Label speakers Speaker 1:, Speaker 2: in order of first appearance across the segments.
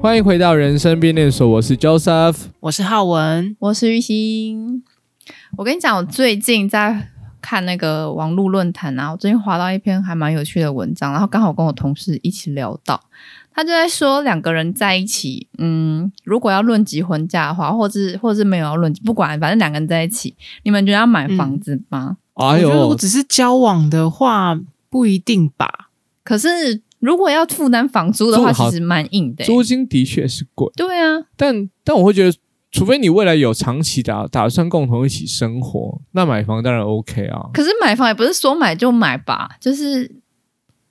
Speaker 1: 欢迎回到人生便利所，我是 Joseph。
Speaker 2: 我是浩文，
Speaker 3: 我是玉兴。我跟你讲，我最近在看那个网络论坛啊，我最近划到一篇还蛮有趣的文章，然后刚好跟我同事一起聊到，他就在说两个人在一起，嗯，如果要论及婚嫁的话，或是或是没有要论及，不管反正两个人在一起，你们觉得要买房子吗？
Speaker 1: 哎
Speaker 2: 我觉得如
Speaker 1: 呦
Speaker 2: 果，只是交往的话，不一定吧。
Speaker 3: 可是如果要负担房租的话，
Speaker 1: 租好
Speaker 3: 其实蛮硬的欸、
Speaker 1: 租金的确是贵，
Speaker 3: 对啊，
Speaker 1: 但但我会觉得，除非你未来有长期打打算共同一起生活，那买房当然 OK 啊。
Speaker 3: 可是买房也不是说买就买吧，就是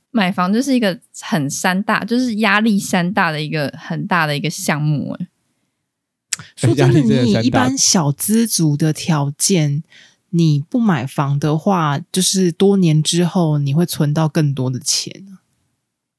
Speaker 3: 买房就是一个很山大，就是压力山大的一个很大的一个项目。哎，
Speaker 1: 哎
Speaker 2: 说真
Speaker 1: 压
Speaker 2: 的，
Speaker 1: 力真的
Speaker 2: 你
Speaker 1: 山
Speaker 2: 以一
Speaker 1: 大
Speaker 2: 般小资族的条件，你不买房的话，就是多年之后你会存到更多的钱。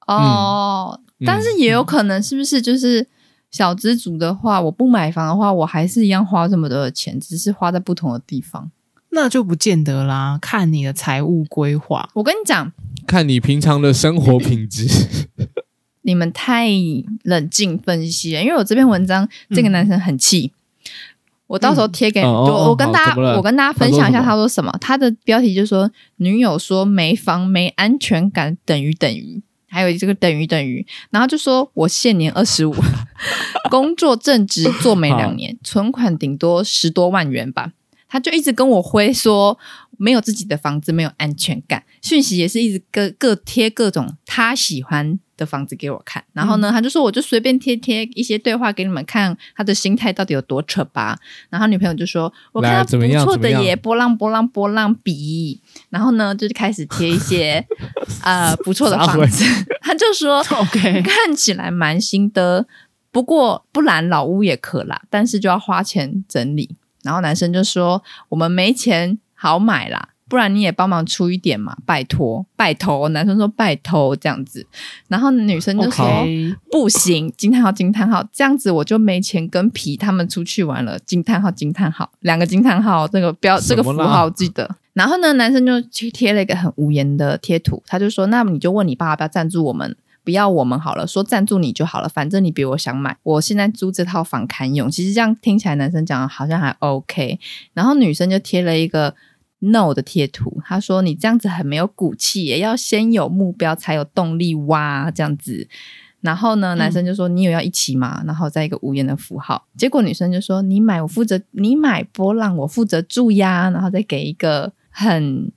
Speaker 3: 哦，
Speaker 1: 嗯
Speaker 3: 但是也有可能是不是就是小资族的话，我不买房的话，我还是一样花这么多的钱，只是花在不同的地方。
Speaker 2: 那就不见得啦，看你的财务规划。
Speaker 3: 我跟你讲，
Speaker 1: 看你平常的生活品质，
Speaker 3: 你们太冷静分析了，因为我这篇文章这个男生很气。我到时候贴给、
Speaker 1: 嗯嗯哦
Speaker 3: 我，
Speaker 1: 哦
Speaker 3: 我跟
Speaker 1: 好
Speaker 3: 大
Speaker 1: 怎
Speaker 3: 家，
Speaker 1: 么了
Speaker 3: 我跟大家分享一下
Speaker 1: 他
Speaker 3: 他说什么。他的标题就说女友说没房没安全感等于等于，还有这个等于等于，然后就说我现年二十五， 工作正职做没两年，存款顶多十多万元吧。他就一直跟我挥说没有自己的房子没有安全感，讯息也是一直各各贴各种他喜欢的房子给我看，然后呢，他就说我就随便贴贴一些对话给你们看，他的心态到底有多扯吧。然后女朋友就说，我
Speaker 1: 来
Speaker 3: 看
Speaker 1: 怎
Speaker 3: 他
Speaker 1: 么
Speaker 3: 不
Speaker 1: 样
Speaker 3: 错的
Speaker 1: 怎么
Speaker 3: 耶，
Speaker 1: 样
Speaker 3: 波浪波浪波浪比，然后呢，就开始贴一些呃不错的
Speaker 1: 撒
Speaker 3: 房
Speaker 1: 谎
Speaker 3: 子， 他就说
Speaker 2: OK，
Speaker 3: 看起来蛮新的，不过不然老屋也可啦，但是就要花钱整理。然后男生就说：“我们没钱好买啦，不然你也帮忙出一点嘛，拜托，拜托。”男生说：“拜托。”这样子，然后女生就 说
Speaker 2: OK，
Speaker 3: 不行！惊叹号惊叹号，这样子我就没钱跟皮他们出去玩了！惊叹号惊叹号，两个惊叹号，这个标
Speaker 1: 什
Speaker 3: 这
Speaker 1: 么啦
Speaker 3: 个符号记得。然后呢，男生就去贴了一个很无言的贴图，他就说：“那你就问你爸爸要不要赞助我们，不要我们好了，说赞助你就好了，反正你比我想买。我现在租这套房堪用。”其实这样听起来，男生讲得好像还 OK。然后女生就贴了一个 no 的贴图，她说：“你这样子很没有骨气耶，要先有目标才有动力哇，这样子。”然后呢，
Speaker 2: 嗯
Speaker 3: 男生就说：“你有要一起吗？”然后再一个无言的符号。结果女生就说：“你买，我负责；你买波浪，我负责住呀。”然后再给一个很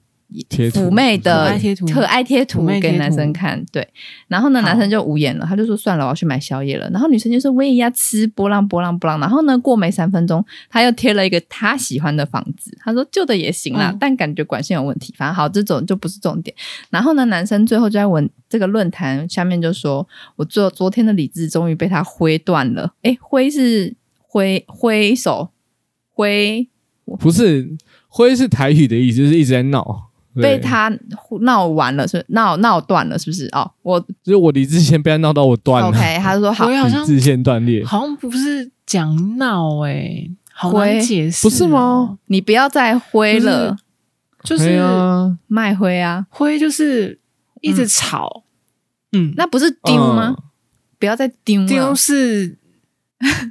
Speaker 1: 贴图
Speaker 3: 妩媚
Speaker 2: 可
Speaker 3: 的
Speaker 2: 爱贴图
Speaker 3: 可爱贴
Speaker 2: 妩
Speaker 3: 图
Speaker 2: 媚嗯贴
Speaker 3: 给
Speaker 2: 图
Speaker 3: 男生看。对，然后呢，
Speaker 2: 好
Speaker 3: 男生就无言了，他就说：“算了，我要去买宵夜了。”然后女生就说：“我也要吃波浪波浪波浪。”然后呢，过没三分钟，他又贴了一个他喜欢的房子，他说：“旧的也行啦，
Speaker 2: 嗯
Speaker 3: 但感觉管线有问题。反正好，这种就不是重点。”然后呢，男生最后就在文这个论坛下面就说：“我昨昨天的理智终于被他挥断了。”诶，挥是挥挥手，挥
Speaker 1: 不是灰是台语的意思，就是一直在闹。对
Speaker 3: 被他闹完了，是闹闹断了，是不是？哦，我
Speaker 1: 就是我理智线被他闹到我断了
Speaker 3: OK，他就说好
Speaker 2: 我，也好像
Speaker 1: 理智线断裂。
Speaker 2: 好像不是讲闹哎，好难
Speaker 3: 回
Speaker 2: 解释、
Speaker 1: 不
Speaker 2: 哦
Speaker 1: 是吗？
Speaker 3: 你不要再挥了，
Speaker 2: 就
Speaker 1: 哎
Speaker 2: 是
Speaker 1: 呀
Speaker 3: 卖灰啊，
Speaker 2: 灰就是一直吵，嗯，
Speaker 3: 那不是丢吗？
Speaker 1: 嗯
Speaker 3: 不要再丢了
Speaker 2: 丢是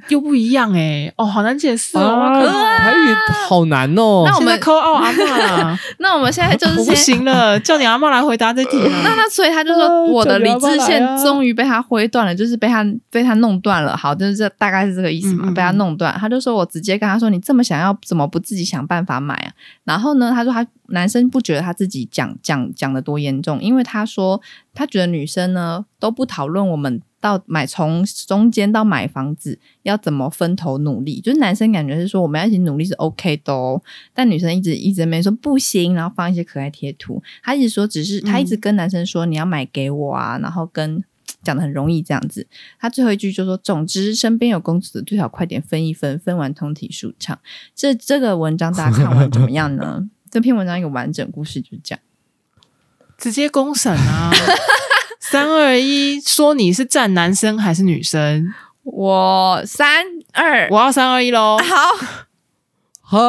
Speaker 2: 又不一样哎、哦，好难解释
Speaker 1: 啊，
Speaker 2: 哦。
Speaker 1: 台语好难哦。
Speaker 3: 那我们
Speaker 2: 扣奥阿妈，
Speaker 3: 那我们现在就
Speaker 2: 我
Speaker 3: 是
Speaker 2: 不
Speaker 3: 先，
Speaker 2: 行了，叫你阿妈来回答这题啊
Speaker 3: 那
Speaker 2: 了。
Speaker 3: 那所以他就
Speaker 1: 呃
Speaker 3: 说我的理
Speaker 1: 叫你阿
Speaker 3: 智
Speaker 1: 妈
Speaker 3: 线
Speaker 1: 来啊
Speaker 3: 终于被他挥断了，就是被他被他弄断了。好，就是这大概是这个意思嘛，
Speaker 2: 嗯嗯嗯
Speaker 3: 被他弄断。他就说我直接跟他说，你这么想要，怎么不自己想办法买啊？然后呢，他说他男生不觉得他自己讲讲讲的多严重，因为他说他觉得女生呢都不讨论我们到买从中间到买房子要怎么分头努力，就是男生感觉是说我们要一起努力是 OK 的哦，但女生一直一直没说不行，然后放一些可爱贴图，他一直说只是他一直跟男生说你要买给我啊，然后跟。讲的很容易这样子，他最后一句就说：“哎总之，身边有公子的最好快点分一分，分完通体舒畅。”这这个文章大家看完怎么样呢？这篇文章一个完整故事就是这样。
Speaker 2: 直接公审啊！三二一，说你是站男生还是女生？
Speaker 3: 我三二
Speaker 2: 我要三二一喽！
Speaker 3: 啊好，
Speaker 1: 好，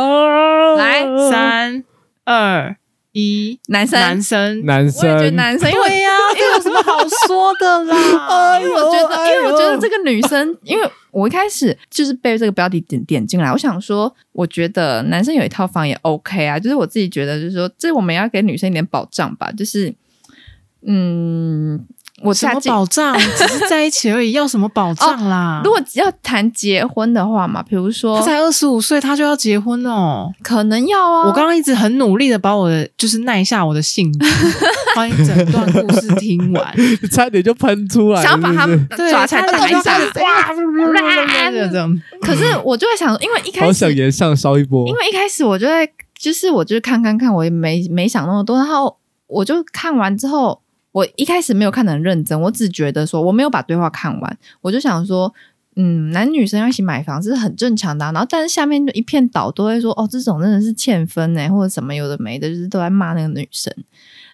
Speaker 3: 来
Speaker 2: 三二一，
Speaker 3: 男生，
Speaker 2: 男生。
Speaker 1: 男
Speaker 3: 我也觉得
Speaker 1: 生
Speaker 3: 男生，因为哎
Speaker 2: 对呀、这有什么好说的 啦？
Speaker 3: 因为我觉得，
Speaker 2: 哎
Speaker 3: 因为我觉得这
Speaker 1: 个
Speaker 3: 个女生，因为我一开始就是被这个标题点点进来，我想说，我觉得男生有一套房也 OK 啊，就是我自己觉得，就是说，这我们也要给女生一点保障吧，就是，嗯，我
Speaker 2: 什
Speaker 3: 下
Speaker 2: 么
Speaker 3: 进。
Speaker 2: 保 障？只是在一起而已，要什么保障啦？
Speaker 3: 哦如果要谈结婚的话嘛，比如
Speaker 2: 他
Speaker 3: 说，
Speaker 2: 才二十五岁，他就要结婚哦。
Speaker 3: 可能要啊，
Speaker 2: 我刚刚一直很努力的把我的就是耐下我的性子，把你整段故事听完。
Speaker 1: 差点就喷出来，
Speaker 3: 想要把他
Speaker 1: 是不是
Speaker 3: 们
Speaker 2: 对，
Speaker 3: 抓起来
Speaker 2: 差
Speaker 3: 打
Speaker 2: 点
Speaker 3: 一
Speaker 2: 就开
Speaker 3: 打
Speaker 2: 始，哇，这样
Speaker 3: 可是我就会想，因为一开
Speaker 1: 好
Speaker 3: 始
Speaker 1: 想延上烧一波
Speaker 3: 因，为一开始我就在，就是我就是看看看，我也没没想那么多，然后我就看完之后，我一开始没有看得很认真，我只觉得说我没有把对话看完，我就想说。嗯，男女生要一起买房这是很正常的啊、然后，但是下面就一片倒都会说，哦，这种真的是欠分呢、或者什么有的没的，就是都在骂那个女生。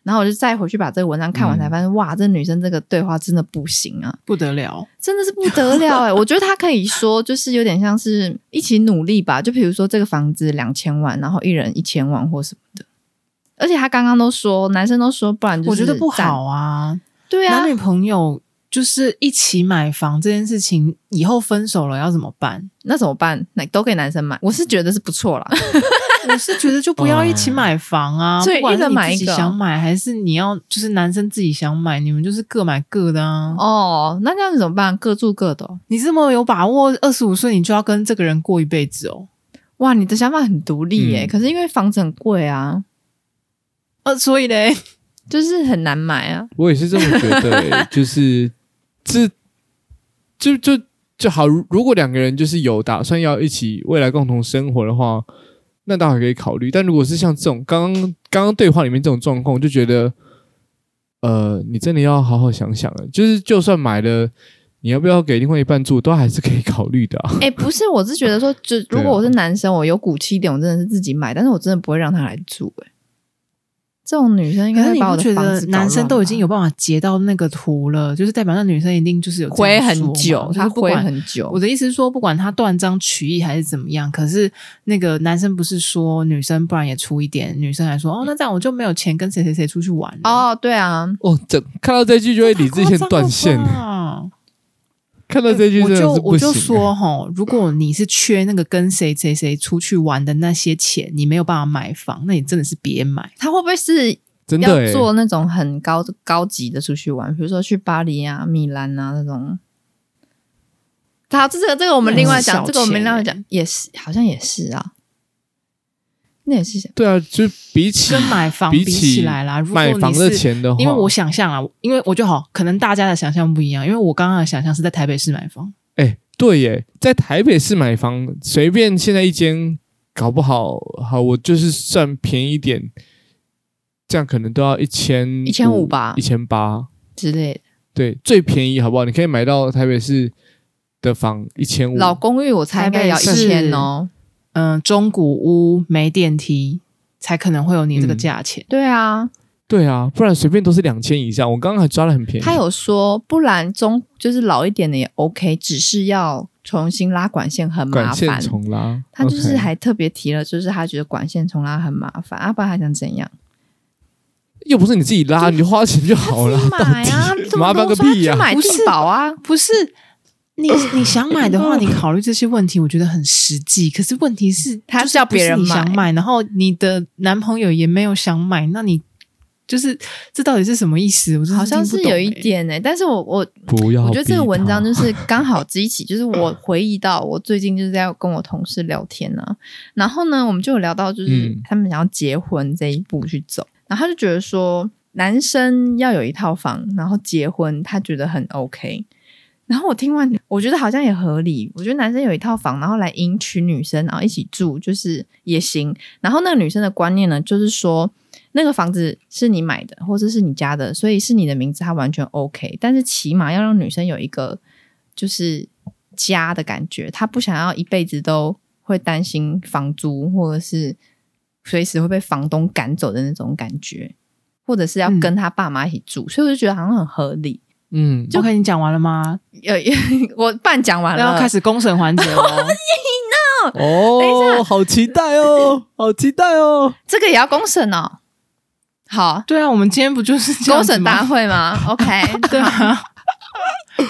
Speaker 3: 然后我就再回去把这个文章看完，
Speaker 1: 嗯
Speaker 3: 才发现，哇，这女生这个对话真的不行啊。
Speaker 2: 不得了。
Speaker 3: 真的是不得了哎、我觉得他可以说，就是有点像是一起努力吧。就比如说这个房子两千万，然后一人一千万或什么的。而且他刚刚都说，男生都说，不然就是
Speaker 2: 我觉得不
Speaker 3: 占
Speaker 2: 好。啊，
Speaker 3: 对啊
Speaker 2: 男，女朋友就是一起买房这件事情，以后分手了要怎么办？
Speaker 3: 那怎么办？那都给男生买，我是觉得是不错啦。
Speaker 2: 我是觉得就不要一起买房啊，
Speaker 3: 嗯所以
Speaker 2: 不管
Speaker 3: 一
Speaker 2: 是
Speaker 3: 人
Speaker 2: 你
Speaker 3: 买
Speaker 2: 自
Speaker 3: 一
Speaker 2: 己
Speaker 3: 个
Speaker 2: 想买，还是你要就是男生自己想买，你们就是各买各的啊。
Speaker 3: 哦，那这样子怎么办？各住各的哦、
Speaker 2: 你这么有把握，二十五岁你就要跟这个人过一辈子哦。
Speaker 3: 哇，你的想法很独立耶、
Speaker 1: 嗯
Speaker 3: 可是因为房子很贵啊，
Speaker 2: 呃，所以嘞，
Speaker 3: 就是很难买啊。
Speaker 1: 我也是这么觉 得、欸就是这就就就好。如如果两个人就是有打算要一起未来共同生活的话，那倒还可以考虑。但如果是像这种刚刚刚刚对话里面这种状况，我就觉得呃，你真的要好好想想了。就是就算买了，你要不要给另外一半住，都还是可以考虑的、啊。
Speaker 3: 哎、不是，我是觉得说，就如果我是男生，我有骨气一点，我真的是自己买，但是我真的不会让他来住、哎，这种女生应
Speaker 2: 可
Speaker 3: 该
Speaker 2: 是
Speaker 3: 会
Speaker 2: 你
Speaker 3: 把
Speaker 2: 不
Speaker 3: 我的
Speaker 2: 觉
Speaker 3: 房
Speaker 2: 得
Speaker 3: 子搞
Speaker 2: 男生
Speaker 3: 乱
Speaker 2: 都已
Speaker 3: 吧
Speaker 2: 经有办法截到那个图了，就是代表那女生一定就是有这
Speaker 3: 挥
Speaker 2: 样说
Speaker 3: 很
Speaker 2: 嘛
Speaker 3: 久
Speaker 2: 就，是
Speaker 3: 他
Speaker 2: 不
Speaker 3: 挥
Speaker 2: 管
Speaker 3: 很久
Speaker 2: 我。的意思是说，不管他断章取义还是怎么样，可是那个男生不是说女生不然也出一点，女生还说哦，那这样我就没有钱跟谁谁谁出去玩了，
Speaker 3: 哦，对啊，
Speaker 1: 哦，这看到这句就会理智线断线
Speaker 2: 太，夸张 了吧
Speaker 1: 看到这句
Speaker 2: 我
Speaker 1: 真的
Speaker 2: 就是
Speaker 1: 不
Speaker 2: 我
Speaker 1: 行、
Speaker 2: 就
Speaker 1: 欸。
Speaker 2: 说吼，如果你是缺那个跟谁谁谁出去玩的那些钱，你没有办法买房，那你真的是别买。
Speaker 3: 他会不会是
Speaker 1: 真的、
Speaker 3: 要
Speaker 1: 欸，
Speaker 3: 做那种很高高级的出去玩，比如说去巴黎啊、米兰啊那种？好，这这个这个我们
Speaker 2: 那也
Speaker 3: 另外
Speaker 2: 是
Speaker 3: 讲，
Speaker 2: 小
Speaker 3: 这个我们
Speaker 2: 钱
Speaker 3: 另外
Speaker 2: 欸
Speaker 3: 讲，也是好像也是啊，那也是
Speaker 1: 对啊，就比起
Speaker 2: 跟买房
Speaker 1: 比
Speaker 2: 比起来啦，如果
Speaker 1: 买
Speaker 2: 你
Speaker 1: 房的
Speaker 2: 是
Speaker 1: 钱的话，
Speaker 2: 因为我想象啊，因为我就好，可能大家的想象不一样，因为我刚刚的想象是在台北市买房，
Speaker 1: 哎、对耶，在台北市买房，随便现在一间，搞不好好，我就是算便宜一点，这样可能都要一千
Speaker 3: 1500吧
Speaker 1: 一千八，
Speaker 3: 之类的。
Speaker 1: 对，最便宜好不好？你可以买到台北市的房一千五，
Speaker 3: 老公寓我猜应该
Speaker 2: 台北
Speaker 3: 要一
Speaker 2: 市
Speaker 3: 千哦。
Speaker 2: 嗯、中古屋没电梯，才可能会有你这个价钱。
Speaker 3: 对啊，
Speaker 1: 对啊，不然随便都是两千以上。我刚刚还抓了很便宜，
Speaker 3: 他有说，不然中就是老一点的也 OK，只是要重新拉管线很麻
Speaker 1: 管线
Speaker 3: 烦。
Speaker 1: 重拉，
Speaker 3: 他就是
Speaker 1: OK
Speaker 3: 还特别提了，就是他觉得管线重拉很麻烦，阿、啊、爸还想怎样？
Speaker 1: 又不是你自己拉，你就花钱就好了，
Speaker 3: 买啊，
Speaker 1: 到
Speaker 3: 这
Speaker 1: 底
Speaker 3: 么
Speaker 1: 麻
Speaker 3: 多
Speaker 1: 烦个
Speaker 3: 说他
Speaker 1: 屁呀、
Speaker 3: 去买
Speaker 2: 不
Speaker 3: 地
Speaker 2: 是
Speaker 3: 保啊！
Speaker 2: 不是 你你想买的话，你考虑这些问题，我觉得很实际。可是问题是，
Speaker 3: 他
Speaker 2: 就是
Speaker 3: 叫
Speaker 2: 不是
Speaker 3: 别人
Speaker 2: 你想
Speaker 3: 买
Speaker 2: 买，然后你的男朋友也没有想买，那你就是这到底是什么意思？我真
Speaker 3: 好
Speaker 2: 听
Speaker 3: 像
Speaker 2: 不
Speaker 3: 是
Speaker 2: 懂
Speaker 3: 有一
Speaker 2: 欸
Speaker 3: 点呢、但是我我
Speaker 1: 不要逼他，
Speaker 3: 我觉得这个文章就是刚好激起，就 是我回忆到我最近就是在跟我同事聊天呢、然后呢，我们就有聊到就是
Speaker 1: 嗯
Speaker 3: 他们想要结婚这一步去走，然后他就觉得说男生要有一套房，然后结婚，他觉得很 OK。然后我听完，我觉得好像也合理。我觉得男生有一套房，然后来迎娶女生，然后一起住，就是也行。然后那个女生的观念呢，就是说那个房子是你买的，或者是你家的，所以是你的名字，它完全 OK。但是起码要让女生有一个就是家的感觉，她不想要一辈子都会担心房租，或者是随时会被房东赶走的那种感觉，或者是要
Speaker 2: 嗯
Speaker 3: 跟她爸妈一起住。所以我就觉得好像很合理。
Speaker 1: 嗯，
Speaker 2: OK，你讲完了吗？
Speaker 3: 呃，也我半讲完
Speaker 2: 那
Speaker 3: 了，
Speaker 2: 要开始公审环节 了。
Speaker 1: 哦，好期待哦，好期待哦！
Speaker 3: 这个也要公审哦。好，
Speaker 2: 对啊，我们今天不就是这样
Speaker 3: 公
Speaker 2: 子
Speaker 3: 审大
Speaker 2: 吗？
Speaker 3: 会吗 ？OK，
Speaker 2: 对啊，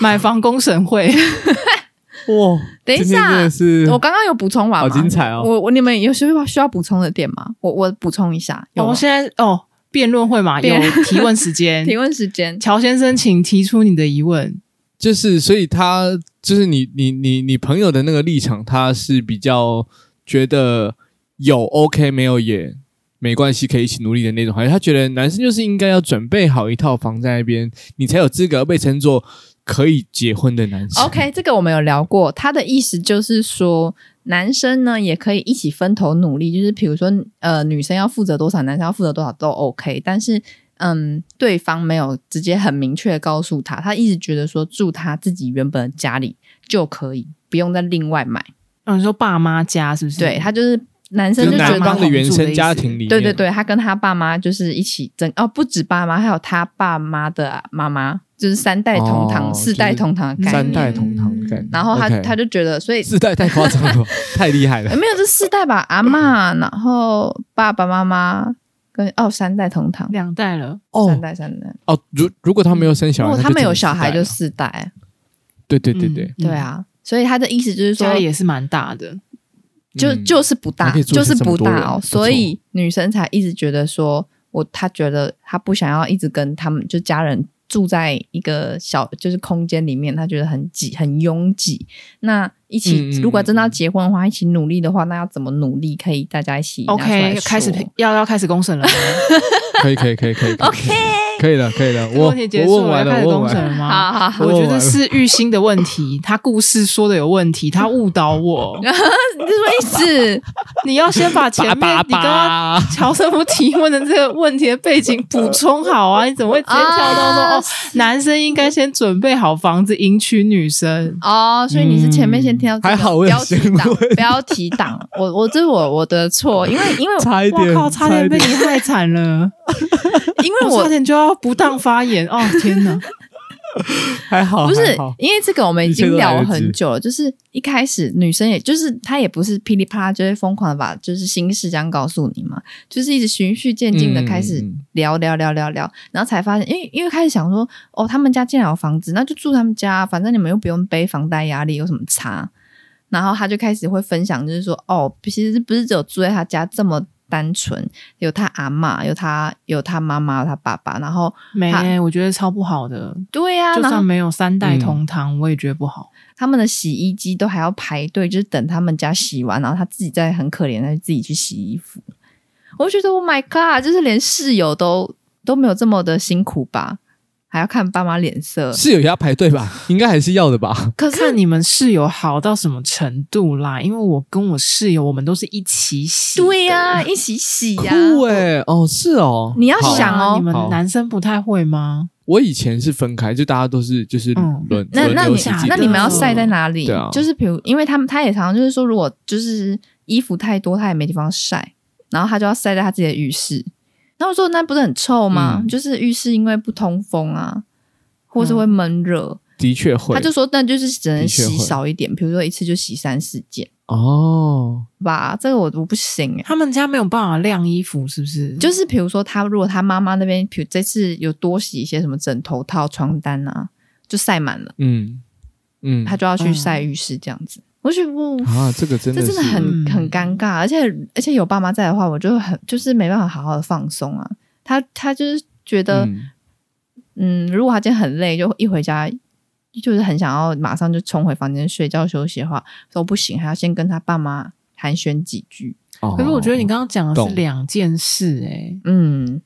Speaker 2: 买房公审会，
Speaker 1: 哇，
Speaker 3: 等一
Speaker 1: 今天真
Speaker 3: 下
Speaker 1: 的，是
Speaker 3: 我刚刚有补充完
Speaker 1: 好
Speaker 3: 吗？
Speaker 1: 精彩哦！
Speaker 3: 我我你们有需要需要补充的点吗？我我补充一下，有
Speaker 2: 我
Speaker 3: 吗
Speaker 2: 现在哦，辩论会嘛，有
Speaker 3: 辩
Speaker 2: 提问时间。
Speaker 3: 提问时间。
Speaker 2: 乔先生，请提出你的疑问。
Speaker 1: 就是，所以他就是你你你你朋友的那个立场，他是比较觉得有 OK 没有也没关系，可以一起努力的那种，好像他觉得男生就是应该要准备好一套房在那边，你才有资格被称作可以结婚的男生。
Speaker 3: OK，这个我们有聊过，他的意思就是说，男生呢也可以一起分头努力，就是比如说，呃，女生要负责多少，男生要负责多少都 OK，但是。嗯，对方没有直接很明确的告诉他，他一直觉得说住他自己原本的家里就可以，不用再另外买。
Speaker 2: 哦，你说爸妈家是不是？
Speaker 3: 对他就是
Speaker 1: 嗯
Speaker 3: 男
Speaker 1: 就是
Speaker 3: 生就觉
Speaker 1: 男
Speaker 3: 得
Speaker 2: 妈
Speaker 1: 方
Speaker 2: 妈
Speaker 1: 的原生家庭里面，
Speaker 3: 对对对，他跟他爸妈就是一起争哦，不止爸妈，还有他爸妈的妈妈，就是三代同堂、
Speaker 1: 哦
Speaker 3: 四代同堂的概念。
Speaker 1: 三代同堂的概念。
Speaker 3: 嗯然后他
Speaker 1: OK
Speaker 3: 他就觉得，所以、
Speaker 1: 四代太夸张 了，太厉害了
Speaker 3: 呃。没有这四代吧，阿嬷，然后爸爸妈妈跟哦三代同堂，
Speaker 2: 两代了。
Speaker 1: 哦
Speaker 3: 三代三代。
Speaker 1: 哦，如如果他没有生小
Speaker 3: 如
Speaker 1: 孩，那
Speaker 3: 果他们有
Speaker 1: 只能
Speaker 3: 小
Speaker 1: 四
Speaker 3: 孩，
Speaker 1: 代
Speaker 3: 就
Speaker 1: 了
Speaker 3: 四代。
Speaker 1: 对对对
Speaker 2: 嗯
Speaker 1: 对，
Speaker 3: 对，啊，所以他的意思就是说
Speaker 2: 家，里也是蛮大的。
Speaker 3: 就
Speaker 1: 嗯
Speaker 3: 就是不
Speaker 1: 还
Speaker 3: 大，
Speaker 1: 可以做
Speaker 3: 就
Speaker 1: 成
Speaker 3: 是
Speaker 1: 这么
Speaker 3: 不
Speaker 1: 多人
Speaker 3: 大哦，
Speaker 1: 不错
Speaker 3: 所以女生才一直觉得说，我她觉得她不想要一直跟他们就家人住在一个小就是空间里面，她觉得很挤很拥挤。那一起、
Speaker 1: 嗯嗯嗯
Speaker 3: 如果真的要结婚的话，一起努力的话，那要怎么努力？可以大家一起拿出来
Speaker 2: OK，
Speaker 3: 说
Speaker 2: 开始要要开始公审了吗。
Speaker 1: 可以可以可以可以
Speaker 3: OK，
Speaker 1: 可以了可以了，
Speaker 2: 这个
Speaker 1: 我
Speaker 2: 问题结
Speaker 1: 我
Speaker 2: 束
Speaker 1: 问
Speaker 2: 了，
Speaker 1: 完
Speaker 2: 要开始
Speaker 1: 了，我问
Speaker 2: 公审
Speaker 1: 完了。
Speaker 2: 了吗？
Speaker 3: 好好 好，
Speaker 2: 我
Speaker 1: 问
Speaker 2: 觉
Speaker 1: 完
Speaker 2: 得
Speaker 1: 了
Speaker 2: 是玉兴的问题，他故事说的有问题，他误导 我。
Speaker 3: 你是什么意思？
Speaker 2: 你要先把前 面
Speaker 1: 叭
Speaker 2: 你刚刚
Speaker 1: 叭叭，
Speaker 2: 乔师傅提问的这个问题的背景补充好啊！你怎么会直接跳到说、
Speaker 3: 啊
Speaker 2: 哦， 男生应该先准备好房子迎娶女生？
Speaker 3: 哦，所以你是前面先听到这个
Speaker 1: 还好我有
Speaker 3: 标题
Speaker 1: 先
Speaker 3: 党
Speaker 1: 问，
Speaker 3: 标题党，我我这是我我的错，因为因为
Speaker 1: 差一
Speaker 2: 我
Speaker 1: 点，
Speaker 2: 靠，差点被
Speaker 1: 一
Speaker 2: 你害惨 了！
Speaker 3: 因为
Speaker 2: 我
Speaker 3: 我
Speaker 2: 差点就要不当发言 哦！天哪，
Speaker 1: 还好
Speaker 3: 不是
Speaker 1: 哦还好
Speaker 3: 因为这个，我们已经聊
Speaker 1: 一切都来得
Speaker 3: 很
Speaker 1: 及
Speaker 3: 久了。就是一开始女生也，就是她也不是噼里啪啦就会疯狂的把就是心事这样告诉你嘛，就是一直循序渐进的
Speaker 1: 嗯
Speaker 3: 开始
Speaker 1: 嗯嗯
Speaker 3: 聊聊聊聊聊，然后才发现，因为因为开始想说，哦，他们家竟然有房子，那就住他们家，反正你们又不用背房贷压力，有什么差？然后他就开始会分享，就是说，哦，其实不是只有住在他家这么单纯，有他阿嬷，有他有他妈妈，有他爸爸，然后
Speaker 2: 没
Speaker 3: 好
Speaker 2: 耶、我觉得超不好的。
Speaker 3: 对呀、
Speaker 2: 就
Speaker 3: 然后
Speaker 2: 算没有三代同堂，我也觉得不好。
Speaker 3: 他们的洗衣机都还要排队，就是等他们家洗完，然后他自己再很可怜的自己去洗衣服。我就觉得 Oh my God，就是连室友都都没有这么的辛苦吧，还要看爸妈脸色。
Speaker 1: 室友也要排队吧？应该还是要的吧？
Speaker 3: 可是
Speaker 2: 看你们室友好到什么程度啦？因为我跟我室友，我们都是一起洗。
Speaker 3: 对呀、一起洗呀、
Speaker 1: 酷哎，哦是哦，
Speaker 3: 你要
Speaker 1: 好
Speaker 3: 想哦
Speaker 2: 你们
Speaker 1: 好
Speaker 2: 男生不太会吗？
Speaker 1: 我以前是分开，就大家都是就是
Speaker 2: 嗯
Speaker 1: 轮
Speaker 3: 那
Speaker 1: 轮
Speaker 3: 那
Speaker 1: 流
Speaker 3: 你啊
Speaker 1: 洗
Speaker 2: 想
Speaker 1: 自己
Speaker 3: 那
Speaker 1: 的
Speaker 3: 你们
Speaker 1: 衣
Speaker 3: 要
Speaker 1: 服
Speaker 3: 晒在哪里？
Speaker 1: 对啊
Speaker 3: 就是比如，因为他们他也常常就是说，如果就是衣服太多，他也没地方晒，然后他就要晒在他自己的浴室。然后我说那不是很臭吗？
Speaker 1: 嗯
Speaker 3: 就是浴室因为不通风啊，或是会闷热。
Speaker 1: 的确会，
Speaker 3: 他就说那就是只能
Speaker 1: 的确
Speaker 3: 洗
Speaker 1: 会
Speaker 3: 少一点，比如说一次就洗三四件
Speaker 1: 哦，
Speaker 3: 吧。这个我我不行哎、
Speaker 2: 他们家没有办法晾衣服，是不是？
Speaker 3: 就是比如说他如果他妈妈那边，比如这次有多洗一些什么枕头套、床单啊，就晒满了，
Speaker 1: 嗯嗯，
Speaker 3: 他就要去
Speaker 2: 嗯
Speaker 3: 晒浴室这样子。我就觉得哇
Speaker 1: 啊，这个真的
Speaker 3: 这真的
Speaker 1: 是
Speaker 3: 很
Speaker 2: 嗯
Speaker 3: 很尴尬，而且而且有爸妈在的话，我就很就是没办法好好的放松啊。他他就是觉得，
Speaker 1: 嗯
Speaker 3: 嗯如果他今天很累，就一回家就是很想要马上就冲回房间睡觉休息的话，说不行，还要先跟他爸妈寒暄几句。
Speaker 1: 哦
Speaker 2: 可是我觉得你刚刚讲的是
Speaker 1: 懂
Speaker 2: 两件事、欸，
Speaker 3: 嗯，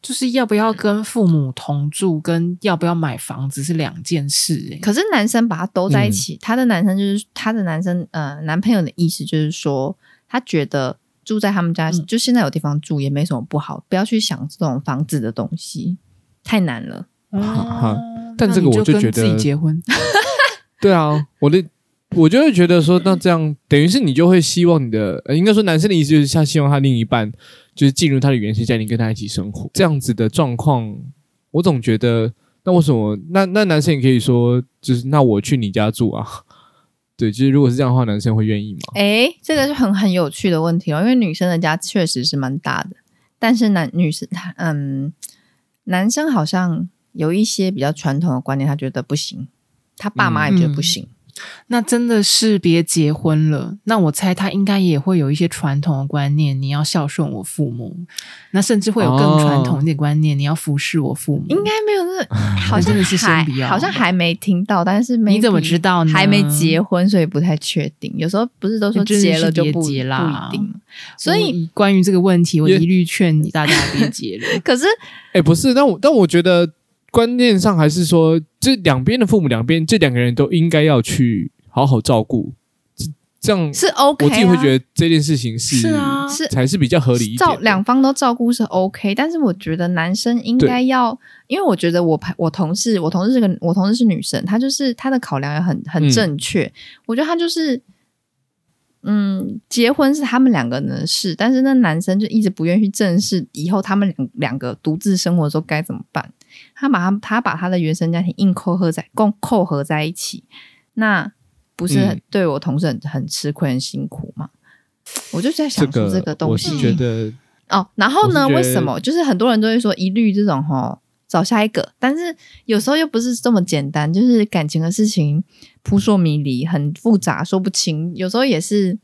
Speaker 2: 就是要不要跟父母同住，跟要不要买房子是两件事、欸，
Speaker 3: 可是男生把他兜在一起，他的男生就是他的男生呃男朋友的意思就是说，他觉得住在他们家、
Speaker 2: 嗯
Speaker 3: 就现在有地方住也没什么不好，不要去想这种房子的东西，太难了。
Speaker 1: 哈
Speaker 2: 啊
Speaker 1: 嗯但
Speaker 2: 那
Speaker 1: 这个
Speaker 2: 你
Speaker 1: 我就
Speaker 2: 就跟
Speaker 1: 觉得
Speaker 2: 自己结婚，
Speaker 1: 对啊，我的我就会觉得说，那这样等于是你就会希望你的，呃、应该说男生的意思就是他希望他另一半就是进入他的原生家庭，跟他一起生活这样子的状况，我总觉得那为什么那那男生也可以说就是那我去你家住啊？对，就是如果是这样的话，男生会愿意吗？
Speaker 3: 诶，这个是很很有趣的问题哦，因为女生的家确实是蛮大的，但是男女生他嗯，男生好像有一些比较传统的观念，他觉得不行，他爸妈也
Speaker 2: 嗯
Speaker 3: 觉得不行。
Speaker 2: 那真的是别结婚了。那我猜他应该也会有一些传统的观念，你要孝顺我父母，那甚至会有
Speaker 1: 哦
Speaker 2: 更传统一点观念，你要服侍我父母。
Speaker 3: 应该没有那， 好
Speaker 2: 真
Speaker 3: 像
Speaker 2: 的是先
Speaker 3: 还
Speaker 2: 不要
Speaker 3: 好像还没听到，但是
Speaker 2: 你怎么
Speaker 3: maybe
Speaker 2: 知道呢？
Speaker 3: 还没结，婚，所以不太确定。有时候不是都说
Speaker 2: 那真的是
Speaker 3: 结了就
Speaker 2: 别
Speaker 3: 不
Speaker 2: 结啦
Speaker 3: 不一定。所以，
Speaker 2: 关于这个问题，我
Speaker 1: 也
Speaker 2: 一律劝你大家别结 了。
Speaker 3: 可是
Speaker 1: 哎、不是，但我但我觉得观念上还是说，这两边的父母两边这两个人都应该要去好好照顾，这这样
Speaker 3: 是 OK，、啊、
Speaker 1: 我自己会觉得这件事情是
Speaker 2: 是啊，
Speaker 3: 是
Speaker 1: 才是比较合理一点
Speaker 3: 照
Speaker 1: 的。
Speaker 3: 两方都照顾是 OK，但是我觉得男生应该要，因为我觉得我朋我同事，我同事是个我同事是女生，她就是她的考量也很很
Speaker 1: 嗯
Speaker 3: 正确，我觉得她就是。嗯，结婚是他们两个人的事，但是那男生就一直不愿意去正视以后他们两两个独自生活的时候该怎么办。他把他他把他的原生家庭硬扣合在共扣合在一起，那不是很
Speaker 1: 嗯
Speaker 3: 对我同事很很吃亏很辛苦吗？我就在想
Speaker 1: 这
Speaker 3: 说
Speaker 1: 个
Speaker 3: 这个东西，
Speaker 1: 我是觉得
Speaker 3: 哦，然后呢？
Speaker 1: 我是觉
Speaker 3: 为
Speaker 1: 得
Speaker 3: 什么？就是很多人都会说一律这种吼，找下一个，但是有时候又不是这么简单，就是感情的事情扑朔迷离，很复杂，说不清。有时候也是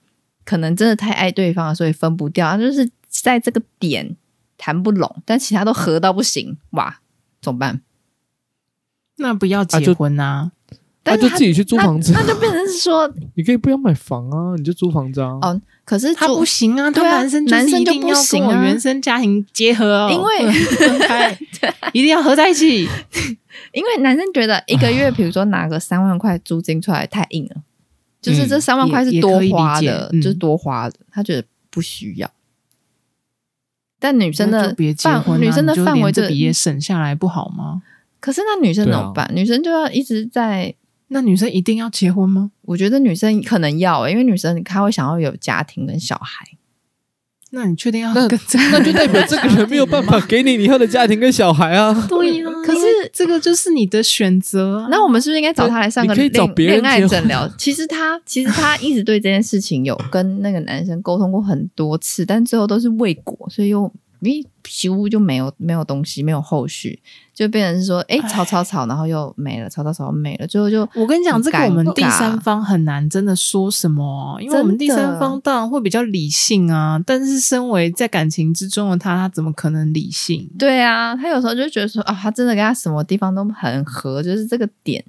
Speaker 3: 可能真的太爱对方了，所以分不掉，就是在这个点谈不拢，但其他都合到不行，哇，怎么办？
Speaker 2: 那不要
Speaker 1: 啊
Speaker 2: 结
Speaker 1: 就
Speaker 2: 婚啊！
Speaker 1: 那、
Speaker 3: 但是
Speaker 1: 就
Speaker 3: 他
Speaker 1: 自己去租房子啊
Speaker 3: 那，，那就变成是说，
Speaker 1: 你可以不要买房啊，你就租房子啊。
Speaker 3: 哦可是
Speaker 2: 他
Speaker 3: 做
Speaker 2: 不行啊，他
Speaker 3: 对啊
Speaker 2: 男生
Speaker 3: 男
Speaker 2: 是
Speaker 3: 生
Speaker 2: 一
Speaker 3: 就
Speaker 2: 定
Speaker 3: 不
Speaker 2: 要跟
Speaker 3: 行
Speaker 2: 我
Speaker 3: 啊
Speaker 2: 原生家庭结合哦，
Speaker 3: 因为
Speaker 2: 不能开 一定要合在一起。
Speaker 3: 因为男生觉得一
Speaker 2: 啊
Speaker 3: 个月，比如说拿个三万块租金出来太硬了，就是这三万块是
Speaker 2: 嗯
Speaker 3: 多花
Speaker 2: 也也
Speaker 3: 的
Speaker 2: 可以理解，嗯
Speaker 3: 就是多花的，他觉得不需要。但 女生
Speaker 2: 那
Speaker 3: 的
Speaker 2: 就别结
Speaker 3: 范
Speaker 2: 婚啊，
Speaker 3: 女生的
Speaker 2: 你就
Speaker 3: 范
Speaker 2: 连
Speaker 3: 围就
Speaker 2: 这笔也省下来不好吗？
Speaker 3: 可是那女生
Speaker 1: 对
Speaker 3: 怎
Speaker 1: 啊
Speaker 3: 么办？女生就要一直在，
Speaker 2: 那女生一定要结婚吗？
Speaker 3: 我觉得女生可能要、欸因为女生她会想要有家庭跟小孩。
Speaker 2: 那你确定要
Speaker 1: 那
Speaker 2: 跟这。
Speaker 1: 那
Speaker 3: 啊
Speaker 1: 就代表这个人没有办法给你以后的家庭跟小孩啊
Speaker 2: 对呀、
Speaker 3: 可是
Speaker 2: 因为这个就是你的选择、啊。
Speaker 3: 那我们是不是应该找她来上个
Speaker 1: 你可以
Speaker 3: 恋
Speaker 1: 找别人
Speaker 3: 恋爱
Speaker 1: 结婚啊
Speaker 3: 诊疗？其实她其实她一直对这件事情有跟那个男生沟通过很多次，但最后都是未果，所以又咦，几乎就没有没有东西，没有后续，就变成是说，哎、
Speaker 2: 唉
Speaker 3: 吵吵吵，然后又没了，吵吵吵没了，最后就
Speaker 2: 我跟你讲，
Speaker 3: 很
Speaker 2: 这个我们
Speaker 3: 尴尬
Speaker 2: 第三方很难真的说什么哦，因为我们第三
Speaker 3: 真
Speaker 2: 方
Speaker 3: 的
Speaker 2: 当然会比较理性啊，但是身为在感情之中的他，他怎么可能理性？
Speaker 3: 对啊，他有时候就觉得说，啊，他真的跟他什么地方都很合，就是这个点，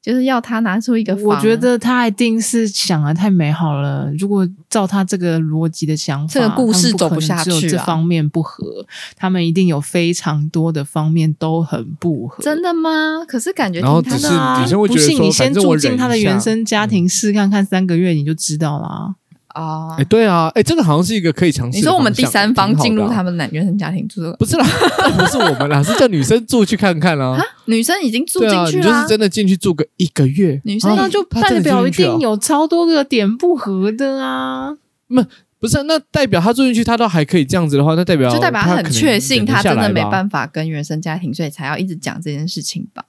Speaker 3: 就是要他拿出一个方，
Speaker 2: 我觉得他一定是想的太美好了。如果照他这个逻辑的想法，
Speaker 3: 这个故事
Speaker 2: 他们
Speaker 3: 走
Speaker 2: 不
Speaker 3: 不
Speaker 2: 可能
Speaker 3: 下去啊
Speaker 2: 只有这方面不合，他们一定有非常多的方面都很不合。
Speaker 3: 真的吗？可是感觉
Speaker 1: 然后
Speaker 3: 听他
Speaker 1: 只是
Speaker 2: 真的啊
Speaker 1: 女生会觉得
Speaker 2: 不信
Speaker 1: 说
Speaker 2: 你先
Speaker 1: 反正我
Speaker 2: 住
Speaker 1: 忍
Speaker 2: 进他的
Speaker 1: 一下嗯
Speaker 2: 原生家庭试看看三个月，你就知道啦。
Speaker 3: 啊
Speaker 1: 哎、，对啊，哎、这个好像是一个可以尝试。
Speaker 3: 你说我们第三方
Speaker 1: 啊
Speaker 3: 进入他
Speaker 1: 们，
Speaker 3: 们男原生家庭，就是
Speaker 1: 不是啦， 不是我们啦，是叫女生住去看看 啦、
Speaker 3: 啊，女生已经住
Speaker 1: 对啊，
Speaker 3: 进
Speaker 1: 你
Speaker 3: 去
Speaker 1: 就
Speaker 3: 了、
Speaker 1: 是真的进去住个一个月，
Speaker 3: 女生
Speaker 1: 啊
Speaker 2: 那就
Speaker 1: 她真的
Speaker 2: 代表一
Speaker 1: 住进去哦
Speaker 2: 定有超多个点不合的啊。
Speaker 1: 不是啊、那代表他住进去，他都还可以这样子的话，那代表
Speaker 3: 就代表
Speaker 1: 他
Speaker 3: 很
Speaker 1: 可能
Speaker 3: 确信
Speaker 1: 忍得
Speaker 3: 她
Speaker 1: 下
Speaker 3: 真
Speaker 1: 来
Speaker 3: 的没
Speaker 1: 吧
Speaker 3: 办法跟原生家庭，所以才要一直讲这件事情 吧。